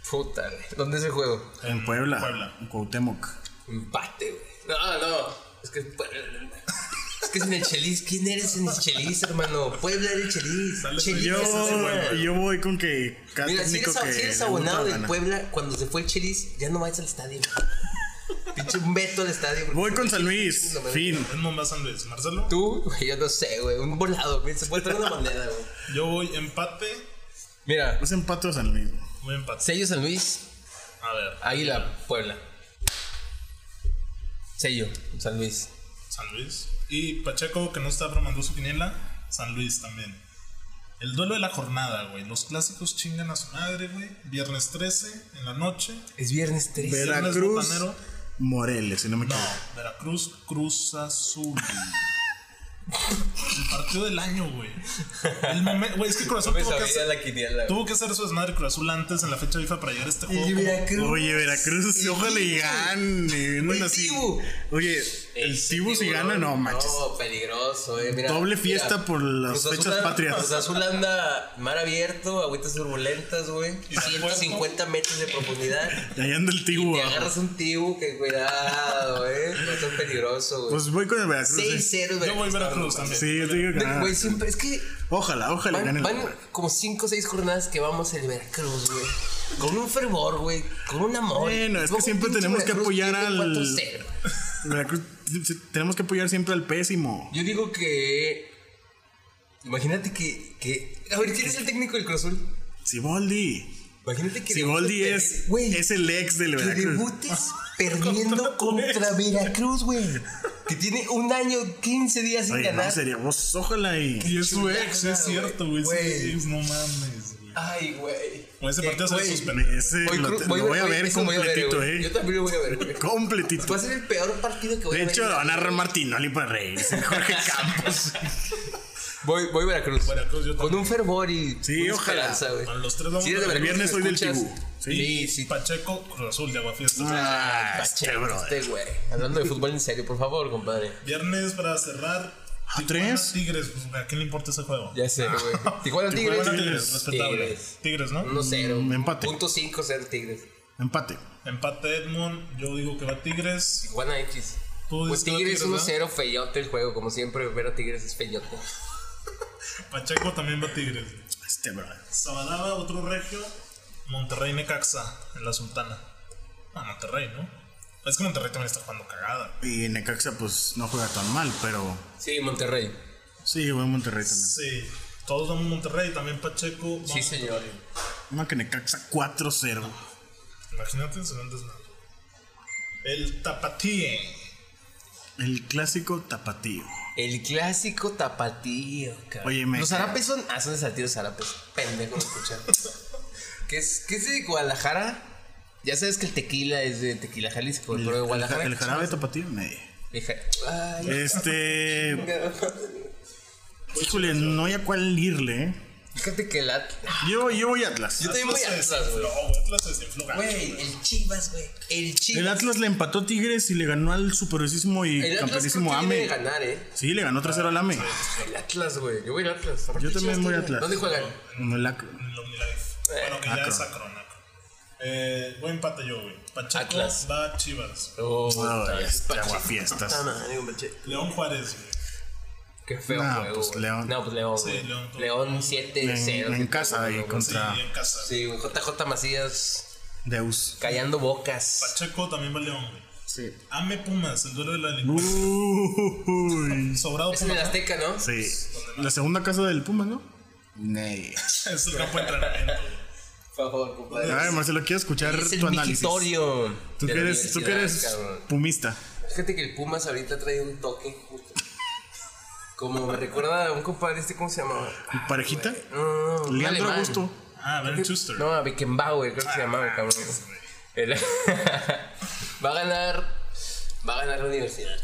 Speaker 2: Puta, güey. ¿Dónde es el juego?
Speaker 3: En Puebla.
Speaker 1: Puebla.
Speaker 3: En Cuauhtémoc.
Speaker 2: Empate, güey. No, no. Es que. Es que es en el Chelis. ¿Quién eres en el Chelis, hermano? Puebla del Chelis.
Speaker 1: Sale
Speaker 2: Chelis
Speaker 3: Yo,
Speaker 2: es el Puebla.
Speaker 3: yo voy con que cada
Speaker 2: Mira, si
Speaker 3: técnico
Speaker 2: eres, si
Speaker 3: que.
Speaker 2: eres
Speaker 3: le
Speaker 2: abonado
Speaker 3: gusta,
Speaker 2: del
Speaker 3: gana.
Speaker 2: Puebla, cuando se fue el Chelis, ya no vas al
Speaker 3: [LAUGHS]
Speaker 2: estadio. Pinche un veto al estadio. porque
Speaker 3: Voy
Speaker 2: se
Speaker 3: con
Speaker 2: fue
Speaker 3: San
Speaker 2: el
Speaker 3: Luis.
Speaker 2: Chelis, no me-
Speaker 3: Fin.
Speaker 1: Edmond va a San Luis. Marcelo,
Speaker 2: Tú, güey, yo no sé, güey. Un volado, güey. Se puede traer una moneda, güey.
Speaker 1: yo voy empate.
Speaker 2: Mira,
Speaker 3: Es empate o Pues San Luis.
Speaker 1: Voy empate.
Speaker 2: sello San Luis,
Speaker 1: A ver.
Speaker 2: Águila, Puebla. Sello, San Luis.
Speaker 1: San Luis. Y Pacheco, que no está bromando su quiniela, San Luis también. El duelo de la jornada, güey. Los clásicos chingan a su madre, güey. Viernes 13 en la noche.
Speaker 2: Es viernes 13.
Speaker 1: Ver-
Speaker 3: Veracruz,
Speaker 1: botanero.
Speaker 3: Moreles, si no me
Speaker 1: No,
Speaker 3: equivoco.
Speaker 1: Veracruz, Cruz Azul. El partido del año, güey. El momen- Güey, es que Cruz
Speaker 2: No
Speaker 1: Azul
Speaker 2: me
Speaker 1: tuvo que,
Speaker 2: sabría
Speaker 1: hacer,
Speaker 2: la quiniela.
Speaker 1: tuvo que hacer su desmadre Cruz Azul antes en la fecha FIFA para llegar a este juego.
Speaker 2: Y
Speaker 1: como-
Speaker 2: Veracruz.
Speaker 3: Oye, Veracruz, ojalá y gane.
Speaker 2: El
Speaker 3: bueno, así.
Speaker 2: Tibu.
Speaker 3: Oye, el
Speaker 2: Ese
Speaker 3: Tibu si
Speaker 2: tiburón,
Speaker 3: gana, no, manches.
Speaker 2: No, peligroso, eh. Mira,
Speaker 3: Doble fiesta por las
Speaker 2: Cruz Azul
Speaker 3: fechas
Speaker 2: anda-
Speaker 3: patrias.
Speaker 2: Cruz Azul anda mar abierto, agüitas turbulentas, güey.
Speaker 1: Y de acuerdo.
Speaker 2: 150 metros de profundidad.
Speaker 3: Y Allá anda el Tibu.
Speaker 2: Te
Speaker 3: abajo.
Speaker 2: agarras un tibu que cuidado, eh. Esto es peligroso, güey.
Speaker 3: Pues voy con el Veracruz. eh.
Speaker 2: 6-0,
Speaker 1: Yo voy a Veracruz también.
Speaker 3: Sí, yo te digo que
Speaker 2: De-
Speaker 3: gana.
Speaker 2: Güey, siempre, es que
Speaker 3: Ojalá, ojalá gane
Speaker 2: pues. van,
Speaker 3: el
Speaker 2: van
Speaker 3: Veracruz.
Speaker 2: como 5 o 6 jornadas que vamos el Veracruz, güey. Con un fervor, güey. Con un amor.
Speaker 3: Bueno, es que
Speaker 2: Luego
Speaker 3: siempre
Speaker 2: pinche
Speaker 3: tenemos que
Speaker 2: Veracruz
Speaker 3: apoyar
Speaker 2: pierde
Speaker 3: al-
Speaker 2: 4-0.
Speaker 3: Veracruz, t- t- Tenemos que apoyar siempre al pésimo.
Speaker 2: Yo digo que. Imagínate que. que... A ver, ¿quién es el técnico del Cruz Azul?
Speaker 3: Siboldi.
Speaker 2: Imagínate que.
Speaker 3: Siboldi es,
Speaker 2: Güey,
Speaker 3: es el ex del
Speaker 2: que
Speaker 3: Veracruz. [LAUGHS]
Speaker 2: debutes perdiendo contra Veracruz, güey. Que tiene un año, 15 días sin
Speaker 3: Oye, no
Speaker 2: ganar.
Speaker 3: sería vos, ojalá y.
Speaker 1: Y es su ex,
Speaker 2: Chulada,
Speaker 1: es cierto, güey. sí,
Speaker 2: güey.
Speaker 1: es, no mames, güey.
Speaker 2: Ay, güey.
Speaker 1: Con ese
Speaker 2: Eh,
Speaker 1: partido se va a
Speaker 2: güey,
Speaker 1: suspender.
Speaker 3: Ese
Speaker 2: Voy,
Speaker 3: lo,
Speaker 2: cru-
Speaker 3: te-
Speaker 2: voy
Speaker 3: lo voy a ver
Speaker 2: eso voy a ver,
Speaker 3: completito,
Speaker 2: güey. Yo
Speaker 3: eh.
Speaker 2: también lo voy a ver, güey. Va
Speaker 3: Completito.
Speaker 2: a ser el peor partido que voy
Speaker 3: De
Speaker 2: a ver.
Speaker 3: hecho, van a agarrar Martinoli para
Speaker 2: [LAUGHS]
Speaker 3: reírse. Jorge Campos.
Speaker 2: Voy, voy a Veracruz.
Speaker 1: Veracruz, yo
Speaker 2: Con
Speaker 1: también.
Speaker 2: un fervor y
Speaker 3: Sí,
Speaker 2: una
Speaker 3: ojalá.
Speaker 2: esperanza, güey.
Speaker 1: Bueno, los tres vamos
Speaker 2: Si eres
Speaker 1: a
Speaker 2: de
Speaker 1: ver.
Speaker 2: Veracruz,
Speaker 3: viernes
Speaker 2: me
Speaker 3: soy del
Speaker 2: escuchas,
Speaker 3: Tibú.
Speaker 2: Sí, sí.
Speaker 1: Pacheco, Cruz Azul de Aguafiestas.
Speaker 3: Ah, este
Speaker 2: Pacheco,
Speaker 3: brother.
Speaker 2: este güey. Hablando de fútbol en serio, por favor, compadre.
Speaker 1: Viernes para cerrar.
Speaker 3: ¿A
Speaker 1: Tijuana
Speaker 3: tres?
Speaker 1: Tigres, pues, ¿a quién le importa ese juego?
Speaker 2: Ya sé, güey. Tijuana Tigres.
Speaker 1: Tijuana Tigres, respetable.
Speaker 2: Tigres.
Speaker 1: Tigres, ¿no?
Speaker 2: 1-0.
Speaker 3: Mm, empate.
Speaker 2: Punto 5 0 Tigres.
Speaker 3: Empate.
Speaker 1: Empate Edmond, yo digo que va Tigres.
Speaker 2: Tijuana X.
Speaker 1: Tú
Speaker 2: Pues
Speaker 1: dices que va
Speaker 2: Tigres
Speaker 1: Tigres,
Speaker 2: 1-0, feyote el juego. Como siempre, ver a Tigres es feyote.
Speaker 1: Pacheco también va Tigres.
Speaker 3: Este brother.
Speaker 1: Sabadaba, otro regio. Monterrey Necaxa en la Sultana. Ah, Monterrey, ¿no? Es que Monterrey también está jugando cagada.
Speaker 3: Y Necaxa, pues no juega tan mal, pero.
Speaker 2: Sí, Monterrey.
Speaker 3: Sí, voy a Monterrey también.
Speaker 1: Sí, todos vamos Monterrey, también Pacheco. va
Speaker 2: Sí, señor.
Speaker 3: Una que Necaxa 4-0.
Speaker 1: Imagínate, se van desmadre. El Tapatíe.
Speaker 3: El clásico tapatío.
Speaker 2: El clásico tapatío, cabrón.
Speaker 3: Oye, me-
Speaker 2: Los zarapes son. Ah, son de Saltillo zarapes. Pendejo, no
Speaker 3: [LAUGHS]
Speaker 2: escuchar. ¿Qué es, ¿Qué es de Guadalajara? Ya sabes que el tequila es de Tequila Jalisco,
Speaker 3: El,
Speaker 2: pero de
Speaker 3: el-
Speaker 2: Guadalajara.
Speaker 3: el jarabe Eh. tapatío. me-
Speaker 2: El ja- Ay, [LAUGHS]
Speaker 3: Este. Híjole, no hay a cuál irle, eh.
Speaker 2: Fíjate que la.
Speaker 3: Yo, yo voy Atlas.
Speaker 2: Yo también voy a
Speaker 1: Atlas
Speaker 2: Atlas,
Speaker 1: se-
Speaker 2: güey.
Speaker 1: No, güey, Atlas se desinfló gacho,
Speaker 2: Güey,
Speaker 1: güey.
Speaker 2: el Chivas, güey. El
Speaker 3: El
Speaker 2: Chivas.
Speaker 3: Atlas le empató a Tigres y le ganó al superosísimo y
Speaker 2: El Atlas creo
Speaker 3: campeonísimo
Speaker 2: que debe de
Speaker 3: AME.
Speaker 2: ganar, eh.
Speaker 3: Sí, le ganó 3-0 al AME.
Speaker 2: El Atlas, güey. Yo voy al Atlas.
Speaker 3: Yo también voy a Atlas.
Speaker 2: ¿Dónde juegan?
Speaker 3: No, la-
Speaker 1: En el OmniLife.
Speaker 2: Eh,
Speaker 1: Bueno, que ya
Speaker 3: Acro.
Speaker 1: es Acro, Acro. Eh, voy empate yo, güey. Pacheco
Speaker 2: Atlas.
Speaker 1: va a Chivas.
Speaker 2: Oh,
Speaker 3: Ay, este
Speaker 2: No,
Speaker 3: aguafiestas.
Speaker 2: no, digo, Pacheco.
Speaker 1: León Juárez, güey.
Speaker 2: Qué feo
Speaker 3: No,
Speaker 2: juego,
Speaker 3: pues,
Speaker 2: güey.
Speaker 3: León.
Speaker 2: No, pues León,
Speaker 1: Sí,
Speaker 2: güey.
Speaker 1: León, todo.
Speaker 2: León 7 0.
Speaker 3: En, en casa y
Speaker 1: Sí,
Speaker 3: contra
Speaker 1: en casa.
Speaker 2: Sí, güey, JJ Macías
Speaker 3: Deus.
Speaker 2: callando bocas.
Speaker 1: Pacheco también va León, güey.
Speaker 3: Sí.
Speaker 1: Ame Pumas, el duelo de la delincuencia.
Speaker 3: Uy.
Speaker 1: Sobrado
Speaker 2: Es en
Speaker 1: Pumas.
Speaker 2: el
Speaker 1: ¿no?
Speaker 2: Azteca, ¿no?
Speaker 3: Sí. La segunda casa del Pumas, ¿no? Nee.
Speaker 1: [LAUGHS] Es el campo de entrenamiento. güey.
Speaker 2: Por favor, compadre.
Speaker 3: A ver, Marcelo, quiero escuchar
Speaker 2: Es el
Speaker 3: tu análisis.
Speaker 2: vigitorio.
Speaker 3: Tú
Speaker 2: de
Speaker 3: que
Speaker 2: la
Speaker 3: eres, tú que eres
Speaker 2: universidad, cabrón.
Speaker 3: pumista.
Speaker 2: Fíjate que el Pumas ahorita trae un toque. Como me recuerda a un compadre este, ¿cómo se llamaba?
Speaker 3: ¿Parejita?
Speaker 2: No, no, no. un
Speaker 3: Leandro
Speaker 2: alemán.
Speaker 3: Augusto. Ah,
Speaker 1: Ah, Ben Schuster.
Speaker 2: No, a Beckenbauer, creo que se llamaba, cabrón. El- [LAUGHS] va a ganar. Va a ganar la universidad.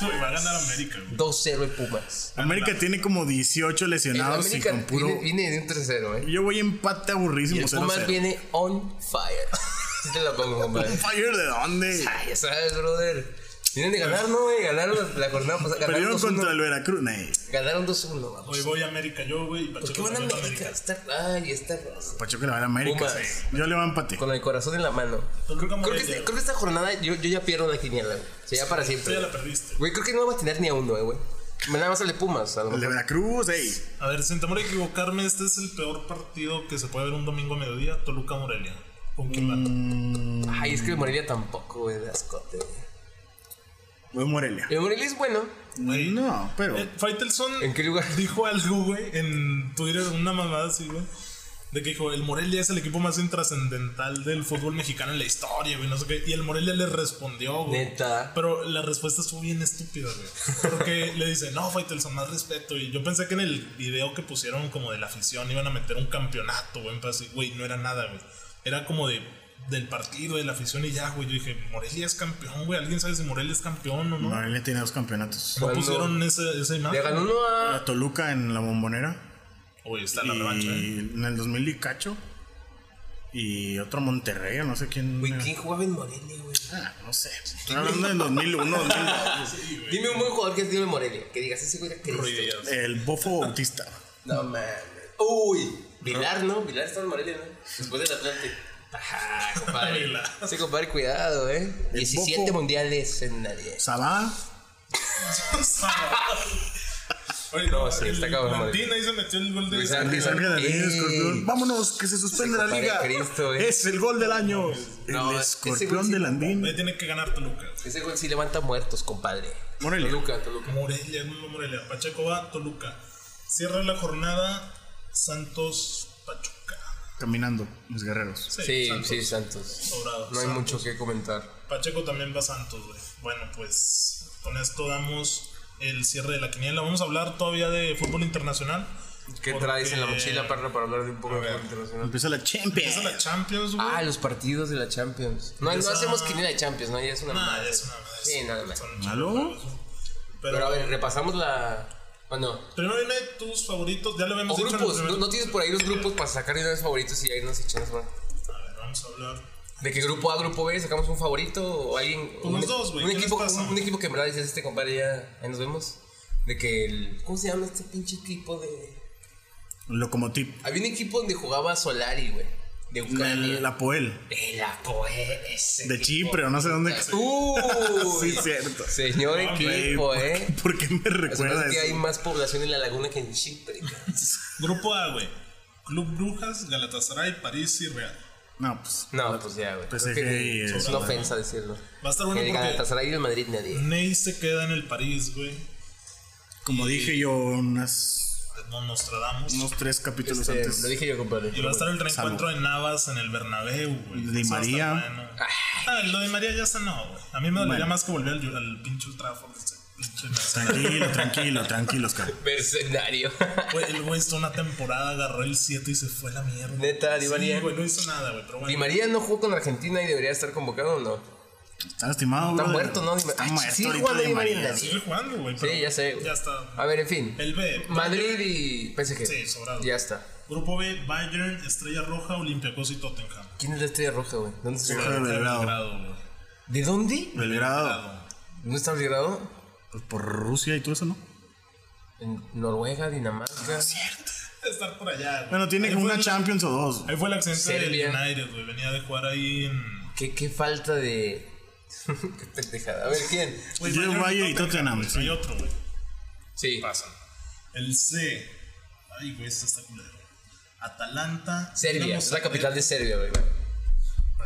Speaker 1: Güey, va a ganar América, güey.
Speaker 2: 2-0 el Pumas.
Speaker 3: América tiene como 18
Speaker 2: El
Speaker 3: lesionados y
Speaker 2: América
Speaker 3: con puro.
Speaker 2: viene, viene de un 3-0, ¿eh?
Speaker 3: Yo voy empate
Speaker 2: Y el
Speaker 3: aburrísimo, 0
Speaker 2: Pumas viene on fire. [LAUGHS] Sí te la pongo, compadre.
Speaker 3: ¿Fire de dónde?
Speaker 2: Ay, ya sabes, brother. Tienen de ganar, ¿no, güey? Ganaron la- la jornada pasada. Ganaron
Speaker 3: Perdieron
Speaker 2: 2-1.
Speaker 3: contra el Veracruz. Nee.
Speaker 2: Ganaron 2-1, vamos.
Speaker 1: Hoy voy a América yo, güey. y
Speaker 2: ¿Por qué
Speaker 1: Pacheco
Speaker 2: van a
Speaker 1: también va a
Speaker 2: América?
Speaker 1: América.
Speaker 2: Está, ay, está rosa.
Speaker 3: Pachuca le va a la América.
Speaker 2: Pumas.
Speaker 3: sí. Yo le voy a empate.
Speaker 2: Con el corazón en la mano.
Speaker 1: Toluca
Speaker 2: Creo que,
Speaker 1: Morelia.
Speaker 2: este- creo que esta jornada yo, yo ya pierdo la quiniela, güey. O sea, ya para
Speaker 1: Tú
Speaker 2: siempre.
Speaker 1: ya la perdiste.
Speaker 2: Güey, creo que no va a tener ni a uno, eh, güey. Nada más sale Pumas, a lo
Speaker 3: El de
Speaker 2: mejor.
Speaker 3: Veracruz, ey.
Speaker 1: A ver, sin temor a equivocarme, este es el peor partido que se puede ver un domingo a mediodía. Toluca Morelia. ¿Con quién
Speaker 3: Mm.
Speaker 1: va?
Speaker 2: Ay, es que el Morelia tampoco, güey, de ascote, güey.
Speaker 3: Voy Morelia.
Speaker 2: El Morelia es bueno.
Speaker 1: Güey.
Speaker 3: No, pero.
Speaker 1: Eh, Faitelson
Speaker 2: ¿En qué lugar?
Speaker 1: dijo algo, güey, en Twitter, una mamada así, güey. De que dijo, el Morelia es el equipo más intrascendental del fútbol mexicano en la historia, güey, no sé qué. Y el Morelia le respondió, güey.
Speaker 2: Neta.
Speaker 1: Pero la respuesta estuvo bien estúpida, güey.
Speaker 2: [LAUGHS]
Speaker 1: Porque le dice, no, Faitelson, más respeto. Y yo pensé que en el video que pusieron como de la afición iban a meter un campeonato, güey. pero así, Güey, no era nada, güey. Era como de del partido, de la afición y ya, güey. Yo dije, Morelia es campeón, güey. ¿Alguien sabe si Morelia es campeón o no? No,
Speaker 3: Morelia tiene dos campeonatos.
Speaker 2: Cuando-
Speaker 1: pusieron esa, esa
Speaker 2: Le
Speaker 1: imagen.
Speaker 2: ganó uno a.
Speaker 3: A Toluca en la bombonera.
Speaker 1: Oye, está la revancha, eh.
Speaker 3: Y en el 2000 y cacho. Y otro Monterrey, o no sé quién.
Speaker 2: Güey, ¿quién jugaba en Morelia, güey?
Speaker 3: Ah, no sé. Estoy hablando del 2001, 2002.
Speaker 2: Dime un buen jugador que tiene Morelia. Que digas, ese güey era Cristo.
Speaker 1: Ruidillas.
Speaker 3: El Bofo Bautista.
Speaker 2: No mames. Uy, Vilar, ¿no? Vilar está en Morelia, ¿no? Después del Atlante. Ajá,
Speaker 1: Este,
Speaker 2: compadre.
Speaker 1: Vilar.
Speaker 2: sí, compadre, cuidado, ¿eh? 17
Speaker 3: Bofo.
Speaker 2: mundiales en nadie.
Speaker 3: Sabá.
Speaker 1: Oye, no,
Speaker 2: No, sí,
Speaker 1: el
Speaker 2: está cabrón, madre.
Speaker 1: Martín ahí se metió el gol de
Speaker 2: Luis Ángel.
Speaker 3: Luis Ángel Alvarez,
Speaker 2: Ey.
Speaker 3: escorpión. Vámonos, que se suspende
Speaker 2: Ah, Se
Speaker 3: la liga.
Speaker 2: compara a Cristo, eh.
Speaker 3: es el gol del año.
Speaker 2: No,
Speaker 3: el
Speaker 2: ese güey
Speaker 3: escorpión
Speaker 2: sí-
Speaker 3: del Andín.
Speaker 1: Ahí tiene que ganar Toluca.
Speaker 2: Ese güey sí levanta muertos, compadre.
Speaker 3: Morelia.
Speaker 2: Toluca, Toluca.
Speaker 1: Morelia, no Morelia. Pacheco va, Toluca. Cierra la jornada Santos Pachuca.
Speaker 3: Caminando, mis guerreros.
Speaker 2: Sí,
Speaker 1: Santos.
Speaker 2: sí, Santos.
Speaker 1: Sobrado,
Speaker 2: No hay
Speaker 1: Santos.
Speaker 2: mucho que comentar.
Speaker 1: Pacheco también va a Santos, güey. Bueno, pues con esto damos el cierre de la quiniela. Vamos a hablar todavía de fútbol internacional.
Speaker 2: ¿Qué
Speaker 1: Porque-
Speaker 2: traes en la mochila, Parra, para hablar de un poco de
Speaker 1: ver.
Speaker 2: fútbol internacional?
Speaker 3: Empieza la Champions.
Speaker 1: Empieza la Champions, güey.
Speaker 2: Ah, los partidos de la Champions. No, no
Speaker 1: Esa-
Speaker 2: hacemos quiniela de Champions, ¿no? Ya es una
Speaker 1: Nah,
Speaker 2: madre.
Speaker 1: es una madre.
Speaker 2: Sí, nada más.
Speaker 1: Son-
Speaker 3: ¿Aló?
Speaker 1: Pero,
Speaker 2: Pero a ver, repasamos la. Bueno,
Speaker 1: primero viene tus favoritos. Ya lo
Speaker 2: o
Speaker 1: habíamos dicho. en el
Speaker 2: grupos.
Speaker 1: primer-
Speaker 2: ¿No, no tienes por ahí los grupos para sacar de los favoritos y ahí nos echamos mano?
Speaker 1: A ver, vamos a hablar.
Speaker 2: ¿De qué grupo A, grupo B sacamos un favorito o alguien?
Speaker 1: Pues los
Speaker 2: un-
Speaker 1: dos, güey,
Speaker 2: Un,
Speaker 1: ¿qué les
Speaker 2: equipo-
Speaker 1: pasa?
Speaker 2: un, un equipo que en verdad dices, este compadre ya, ahí nos vemos. De que el. ¿Cómo se llama este pinche equipo de.?
Speaker 3: Locomotiv.
Speaker 2: Había un equipo donde jugaba Solari, güey. De Ucrania.
Speaker 3: El Apoel.
Speaker 2: De la poes.
Speaker 3: De Chipre, o no sé dónde.
Speaker 2: ¡Uh!
Speaker 3: Sí, cierto.
Speaker 2: Señor
Speaker 1: No,
Speaker 2: equipo,
Speaker 3: Güey,
Speaker 2: ¿eh?
Speaker 3: ¿Por qué me
Speaker 2: Se me
Speaker 3: recuerda
Speaker 2: hace que hay
Speaker 3: eso?
Speaker 2: más población en la laguna que en Chipre.
Speaker 1: Grupo A, güey. Club Brujas, Galatasaray, París y Real.
Speaker 3: No, pues.
Speaker 2: No, pues ya, güey.
Speaker 3: Pues
Speaker 2: Creo
Speaker 3: es
Speaker 2: que
Speaker 3: que-
Speaker 2: es una ofensa decirlo.
Speaker 1: Va a estar bueno
Speaker 2: Que el
Speaker 1: porque
Speaker 2: Galatasaray y el Madrid nadie.
Speaker 1: Ney se queda en el París, güey.
Speaker 3: Como dije yo, unas,
Speaker 1: No Nostradamus.
Speaker 3: unos tres capítulos
Speaker 2: Este,
Speaker 3: antes.
Speaker 2: lo dije yo, compadre.
Speaker 1: Y va a estar el reencuentro
Speaker 3: Salud.
Speaker 1: de Navas en el Bernabéu, güey.
Speaker 3: Di
Speaker 1: Eso va a
Speaker 3: María.
Speaker 1: estar bueno. Ah, lo de María ya sanó, güey. A mí me dolería
Speaker 3: Bueno.
Speaker 1: más que volver al, al pinche Old Trafford. ese pinche mercenario.
Speaker 3: Tranquilo, tranquilo, tranquilo, Oscar.
Speaker 2: Mercenario. [LAUGHS]
Speaker 1: Güey, el güey hizo una temporada, agarró el 7 y se fue a la mierda.
Speaker 2: Neta, Di
Speaker 1: Sí,
Speaker 2: María.
Speaker 1: güey, no hizo nada, güey. Pero bueno.
Speaker 2: Di María no jugó con Argentina y debería estar convocado o no.
Speaker 3: Está lastimado,
Speaker 2: Está
Speaker 3: brother.
Speaker 2: muerto, ¿no? Di Ma-
Speaker 3: Está
Speaker 2: Ay,
Speaker 3: muerto
Speaker 2: sí,
Speaker 3: ahorita
Speaker 2: Juan
Speaker 3: Di
Speaker 2: Di María.
Speaker 3: María.
Speaker 1: Sigue jugando, güey. pero
Speaker 2: Sí, ya sé. güey.
Speaker 1: Ya está.
Speaker 2: A ver, en fin.
Speaker 1: El B.
Speaker 2: Madrid y PSG.
Speaker 1: Sí, sobrado.
Speaker 2: Ya está.
Speaker 1: Grupo B, Bayern, Estrella Roja, Olympiacos y Tottenham.
Speaker 2: ¿Quién es la estrella roja, güey? ¿Dónde se juega?
Speaker 3: Belgrado.
Speaker 1: Belgrado, güey.
Speaker 2: ¿De dónde?
Speaker 3: Belgrado.
Speaker 2: ¿No está Belgrado?
Speaker 3: Pues por Rusia y todo eso, ¿no?
Speaker 2: En Noruega, Dinamarca.
Speaker 1: Estar por allá, güey.
Speaker 3: Bueno, tiene
Speaker 1: Ahí
Speaker 3: como
Speaker 1: fue
Speaker 3: una
Speaker 1: el-
Speaker 3: Champions o dos.
Speaker 1: Ahí fue el accidente del
Speaker 2: Serbia.
Speaker 1: United, güey. Venía de jugar ahí en.
Speaker 2: ¿Qué, qué falta de. [LAUGHS] qué pendejada. A ver, ¿quién?
Speaker 1: Güey,
Speaker 3: Yo, Bayern y Tottenham,
Speaker 1: güey.
Speaker 3: sí.
Speaker 1: Hay otro, güey.
Speaker 2: Sí.
Speaker 1: Pasan. El C. Ay, güey, este está culero. Atalanta.
Speaker 2: Serbia.
Speaker 1: Dinamo
Speaker 2: Es la
Speaker 1: Zagreb.
Speaker 2: capital de Serbia, güey.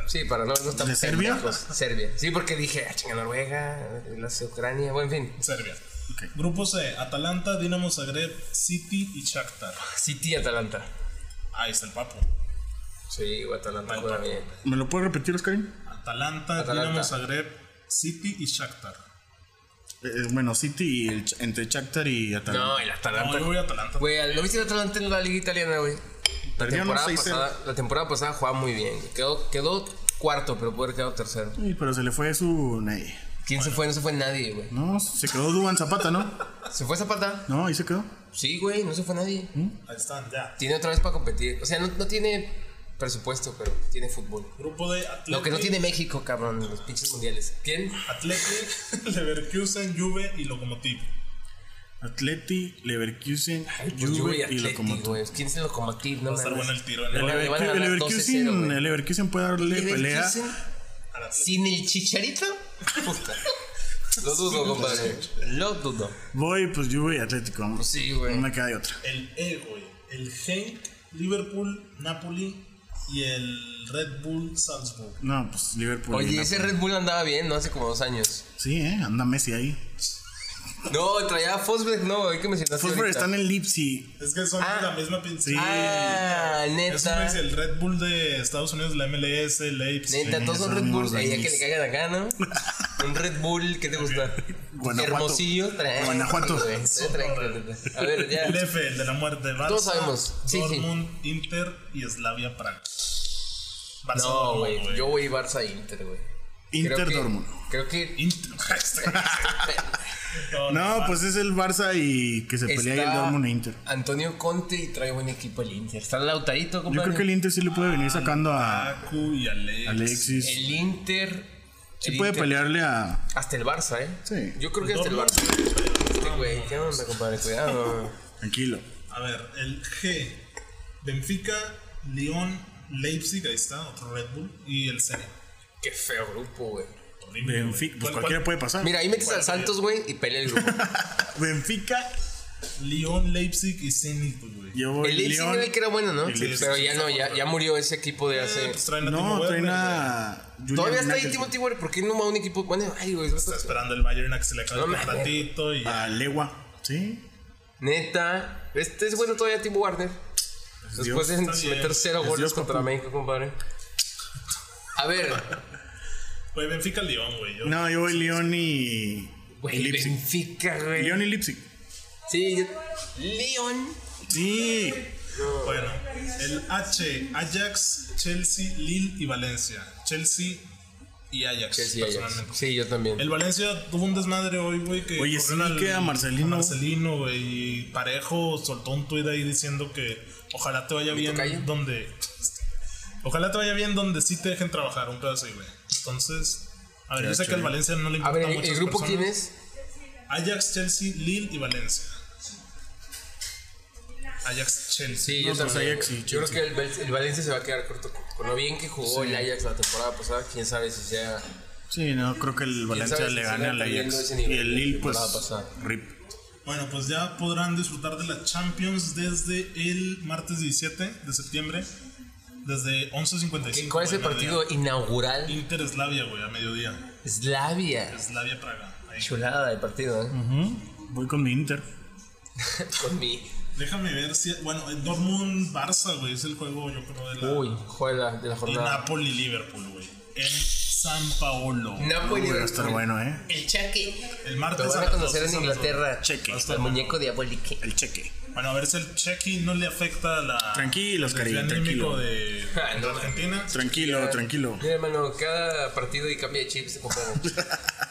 Speaker 2: Sí, para no, no estar
Speaker 3: ¿De Serbia?
Speaker 2: pendejos. Serbia. Sí, porque dije, ah, chinga, Noruega, la Ucrania. Bueno, en fin.
Speaker 1: Serbia.
Speaker 3: Ok.
Speaker 1: Grupo C. Atalanta, Dinamo Zagreb, City y Shakhtar.
Speaker 2: City, Atalanta.
Speaker 1: Ahí está el papo.
Speaker 2: Sí, güey, Atalanta juega bien.
Speaker 3: ¿Me lo puedes repetir, Eh, Oscarín?
Speaker 1: Atalanta,
Speaker 2: Atalanta.
Speaker 1: Dinamo Zagreb, City y Shakhtar.
Speaker 3: Eh, eh, bueno, City y el Ch- entre Shakhtar y Atalanta.
Speaker 2: No, el
Speaker 1: No,
Speaker 2: Atalanta.
Speaker 1: yo voy a Atalanta.
Speaker 2: Güey, ¿lo viste el Atalanta en la liga italiana, güey? La
Speaker 3: Perdió, ¿no?
Speaker 2: temporada,
Speaker 3: 6-0.
Speaker 2: pasada, la temporada pasada jugaba muy bien. güey. Quedó, quedó cuarto, pero puede haber quedado tercero.
Speaker 3: Sí, pero se le fue su... Nadie.
Speaker 2: ¿Quién se fue? No se fue nadie, güey.
Speaker 3: No, se quedó Duban Zapata, ¿no?
Speaker 2: ¿Se fue Zapata?
Speaker 3: No, ahí se quedó.
Speaker 2: Sí, güey, no se fue nadie.
Speaker 1: Ahí están, ya.
Speaker 2: Tiene otra vez para competir. O sea, no, no tiene presupuesto, pero tiene fútbol.
Speaker 1: Grupo de Atleti.
Speaker 2: Lo que no tiene México, cabrón, en los pinches mundiales. ¿Quién?
Speaker 1: Atleti, [LAUGHS] Leverkusen, Juve y Lokomotiv.
Speaker 3: Atleti, Leverkusen,
Speaker 2: Pues
Speaker 3: Juve y
Speaker 2: Atleti,
Speaker 3: Locomotiv.
Speaker 2: güey. ¿Quién es el Locomotiv? No
Speaker 1: Va a estar
Speaker 2: mames.
Speaker 1: bueno el tiro. ¿no?
Speaker 2: Le-
Speaker 3: El
Speaker 2: Bueno, le van a
Speaker 3: Leverku- el
Speaker 2: ganar 12-0,
Speaker 3: Leverkusen,
Speaker 2: güey.
Speaker 3: el Leverkusen puede darle pelea.
Speaker 2: Leverkusen
Speaker 1: Al Atleti.
Speaker 2: ¿Sin el chicharito? Puta. Lo dudo, compadre. Lo dudo.
Speaker 3: Voy, pues Juve y Atlético. vamos.
Speaker 2: Pues sí, güey.
Speaker 3: No me queda de otra.
Speaker 1: El E, güey. El Genk, Liverpool, Napoli y el Red Bull Salzburg.
Speaker 3: No, pues Liverpool. y
Speaker 2: Oye, ese
Speaker 3: Napoli.
Speaker 2: Red Bull andaba bien, ¿no? Hace como dos años.
Speaker 3: Sí, eh, anda Messi ahí.
Speaker 2: No, traía Fosberg, no, hay que mencionar.
Speaker 3: Fosberg está en el Lipsy.
Speaker 1: Es que son
Speaker 2: Ah.
Speaker 1: la misma pincelada.
Speaker 2: Ah,
Speaker 1: Eso no
Speaker 2: neta.
Speaker 1: es el Red Bull de Estados Unidos, la MLS, la Apes.
Speaker 2: Neta, todos son
Speaker 3: esos
Speaker 2: Red Bulls.
Speaker 3: mismos
Speaker 2: Ahí ya que
Speaker 3: Dennis.
Speaker 2: le caigan acá, ¿no? Un Red Bull, ¿qué te gusta?
Speaker 3: Guanajuato.
Speaker 2: Hermosillo, trae.
Speaker 3: Guanajuato.
Speaker 2: A ver, ya.
Speaker 1: El F, el de la muerte, Barça,
Speaker 2: Todos sabemos, sí, sí.
Speaker 1: Dortmund, Inter y Slavia Praga. Barça,
Speaker 2: No,
Speaker 1: Dortmund,
Speaker 2: güey. Yo voy Barça Inter, güey. Creo
Speaker 3: Inter
Speaker 2: que-
Speaker 3: Dortmund.
Speaker 2: Creo que.
Speaker 1: Inter. [LAUGHS] este.
Speaker 3: No, pues es el Barça y que se pelea ahí el Dortmund e Inter.
Speaker 2: Antonio Conte y trae buen equipo el Inter. Está Lautarito,
Speaker 3: Yo
Speaker 2: compadre.
Speaker 3: creo que el Inter sí le puede venir sacando a
Speaker 1: Aku y Alex.
Speaker 3: Alexis.
Speaker 2: El Inter.
Speaker 3: Sí
Speaker 2: el
Speaker 3: puede
Speaker 2: Inter-
Speaker 3: pelearle a.
Speaker 2: Hasta el Barça, ¿eh?
Speaker 3: Sí.
Speaker 2: Yo creo que hasta el Barça. Este güey, ¿qué onda, compadre? Cuidado.
Speaker 3: Tranquilo.
Speaker 1: A ver, el G. Benfica, Lyon, Leipzig, ahí está, otro Red Bull. Y el C.
Speaker 2: [LAUGHS] Qué feo grupo, güey.
Speaker 1: Horrible,
Speaker 3: Benfica,
Speaker 1: güey.
Speaker 3: pues
Speaker 1: ¿Cuál-
Speaker 3: cualquiera puede pasar.
Speaker 2: Mira, ahí metes al Santos, güey, y pelea el grupo.
Speaker 3: Benfica,
Speaker 1: cuál? Lyon, Leipzig y Zenit, pues, güey.
Speaker 3: yo voy
Speaker 2: El Leipzig
Speaker 3: León.
Speaker 2: era el que era bueno, ¿no?
Speaker 3: El Leipzig.
Speaker 2: Pero ya no, ya, ya murió ese equipo de
Speaker 1: Eh,
Speaker 2: hace.
Speaker 1: pues traen a Timo
Speaker 3: No,
Speaker 1: Werner,
Speaker 3: traen
Speaker 1: güey.
Speaker 3: a. Julian
Speaker 2: Todavía está ahí
Speaker 3: Nagelsmann.
Speaker 2: Timothy Werner, ¿por qué no va a un equipo? Bueno, ay, güey,
Speaker 1: Está esperando el Bayern a que se le acabe
Speaker 2: No
Speaker 1: el
Speaker 2: me
Speaker 1: contratito y
Speaker 3: A Legua. Sí.
Speaker 2: neta. Este es bueno todavía Tim Warner.
Speaker 3: Pues
Speaker 2: Después de
Speaker 1: está bien.
Speaker 2: meter cero goles
Speaker 3: Es Pues Dios,
Speaker 2: contra
Speaker 3: papu.
Speaker 2: México, compadre. A ver,
Speaker 1: Güey, Benfica, Lyon, güey. Yo-
Speaker 3: No, yo voy León y. y
Speaker 2: güey,
Speaker 3: Leipzig.
Speaker 2: Benfica, güey.
Speaker 3: León y Leipzig.
Speaker 2: Sí, yo- León.
Speaker 3: Sí.
Speaker 1: Bueno, el H, Ajax, Chelsea, Lille y Valencia. Chelsea y Ajax,
Speaker 2: Chelsea, Ajax.
Speaker 1: personalmente.
Speaker 2: Sí, yo también.
Speaker 1: El Valencia tuvo un desmadre hoy, güey, que
Speaker 3: Oye,
Speaker 1: corrieron
Speaker 3: sí, que a Marcelino.
Speaker 1: Marcelino, güey, y Parejo soltó un tuit ahí diciendo que ojalá te vaya bien
Speaker 2: tocayo?
Speaker 1: donde [LAUGHS] ojalá te vaya bien donde sí te dejen trabajar, un pedazo así, güey. Entonces, a ver, yo sé que al Valencia no le
Speaker 2: A
Speaker 1: importa
Speaker 2: ver,
Speaker 1: mucho.
Speaker 2: ¿el, el grupo quién es?
Speaker 1: Ajax, Chelsea, Lille y Valencia. Ajax, Chelsea.
Speaker 2: Sí,
Speaker 3: No,
Speaker 2: yo
Speaker 3: pues
Speaker 2: también.
Speaker 3: Ajax
Speaker 2: yo
Speaker 3: y
Speaker 2: creo
Speaker 3: Chelsea.
Speaker 2: que el, Val- el Valencia se va a quedar corto. Con lo bien que jugó el Ajax la temporada pasada, quién sabe si sea.
Speaker 3: Sí, no, creo que el Valencia
Speaker 2: sabe si
Speaker 3: le
Speaker 2: sigan
Speaker 3: gana al
Speaker 2: teniendo
Speaker 3: Ajax.
Speaker 2: ese
Speaker 3: Y
Speaker 2: nivel
Speaker 3: el
Speaker 2: de
Speaker 3: Lille, pues.
Speaker 2: temporada pasada.
Speaker 3: Rip.
Speaker 1: Bueno, pues ya podrán disfrutar de la Champions desde el martes 17 de septiembre, desde 11.55.
Speaker 2: ¿Qué- ¿Cuál
Speaker 1: güey,
Speaker 2: es el
Speaker 1: mediodía.
Speaker 2: partido inaugural?
Speaker 1: Inter Slavia, güey, a mediodía.
Speaker 2: Slavia.
Speaker 1: Slavia Praga. Ahí.
Speaker 2: Chulada de partido, ¿eh?
Speaker 3: Ujú. Voy con mi Inter.
Speaker 2: Con mi.
Speaker 1: Déjame ver si. Bueno, el Dortmund Barça, güey, es el juego, yo creo, de la.
Speaker 2: Uy, juega de la
Speaker 1: y
Speaker 2: jornada.
Speaker 1: Napoli Liverpool, güey. En San Paolo.
Speaker 2: Napoli.
Speaker 3: Va a estar bueno, ¿eh?
Speaker 2: El cheque.
Speaker 1: El
Speaker 2: Lo
Speaker 1: martes
Speaker 2: van a
Speaker 1: las
Speaker 2: conocer
Speaker 1: 12 a
Speaker 2: en
Speaker 1: las
Speaker 2: Inglaterra.
Speaker 3: Cheque.
Speaker 2: El muñeco diabólico.
Speaker 3: El cheque.
Speaker 1: Bueno, a ver si el check-in no le afecta a la.
Speaker 3: Tranquilos,
Speaker 1: el
Speaker 3: cariño,
Speaker 1: desvío anímico
Speaker 3: tranquilo.
Speaker 1: de,
Speaker 2: [LAUGHS] Ah, no.
Speaker 1: de Argentina.
Speaker 3: Tranquilo, tranquilo.
Speaker 2: Mira, hermano, cada partido y cambia de chip se compone.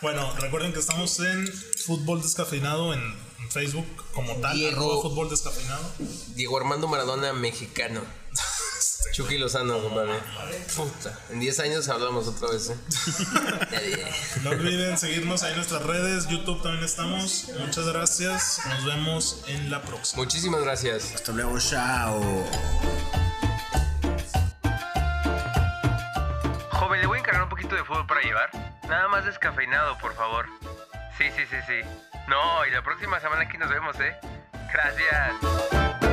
Speaker 1: Bueno, recuerden que estamos en Fútbol Descafeinado en, en Facebook como tal.
Speaker 2: Diego.
Speaker 1: arroba Fútbol Descafeinado. [LAUGHS]
Speaker 2: Diego Armando Maradona, mexicano.
Speaker 1: Este,
Speaker 2: Chucky Lozano, compadre. Puta. En 10 años hablamos otra vez, ¿eh? Ya diré.
Speaker 1: No olviden seguirnos ahí en nuestras redes. YouTube también estamos. Muchas gracias. Nos vemos en la próxima.
Speaker 2: Muchísimas gracias.
Speaker 3: Hasta luego, chao.
Speaker 4: Joven, le voy a encargar un poquito de fútbol para llevar. Nada más descafeinado, por favor. Sí, sí, sí, sí. No, y la próxima semana aquí nos vemos, ¿eh? Gracias.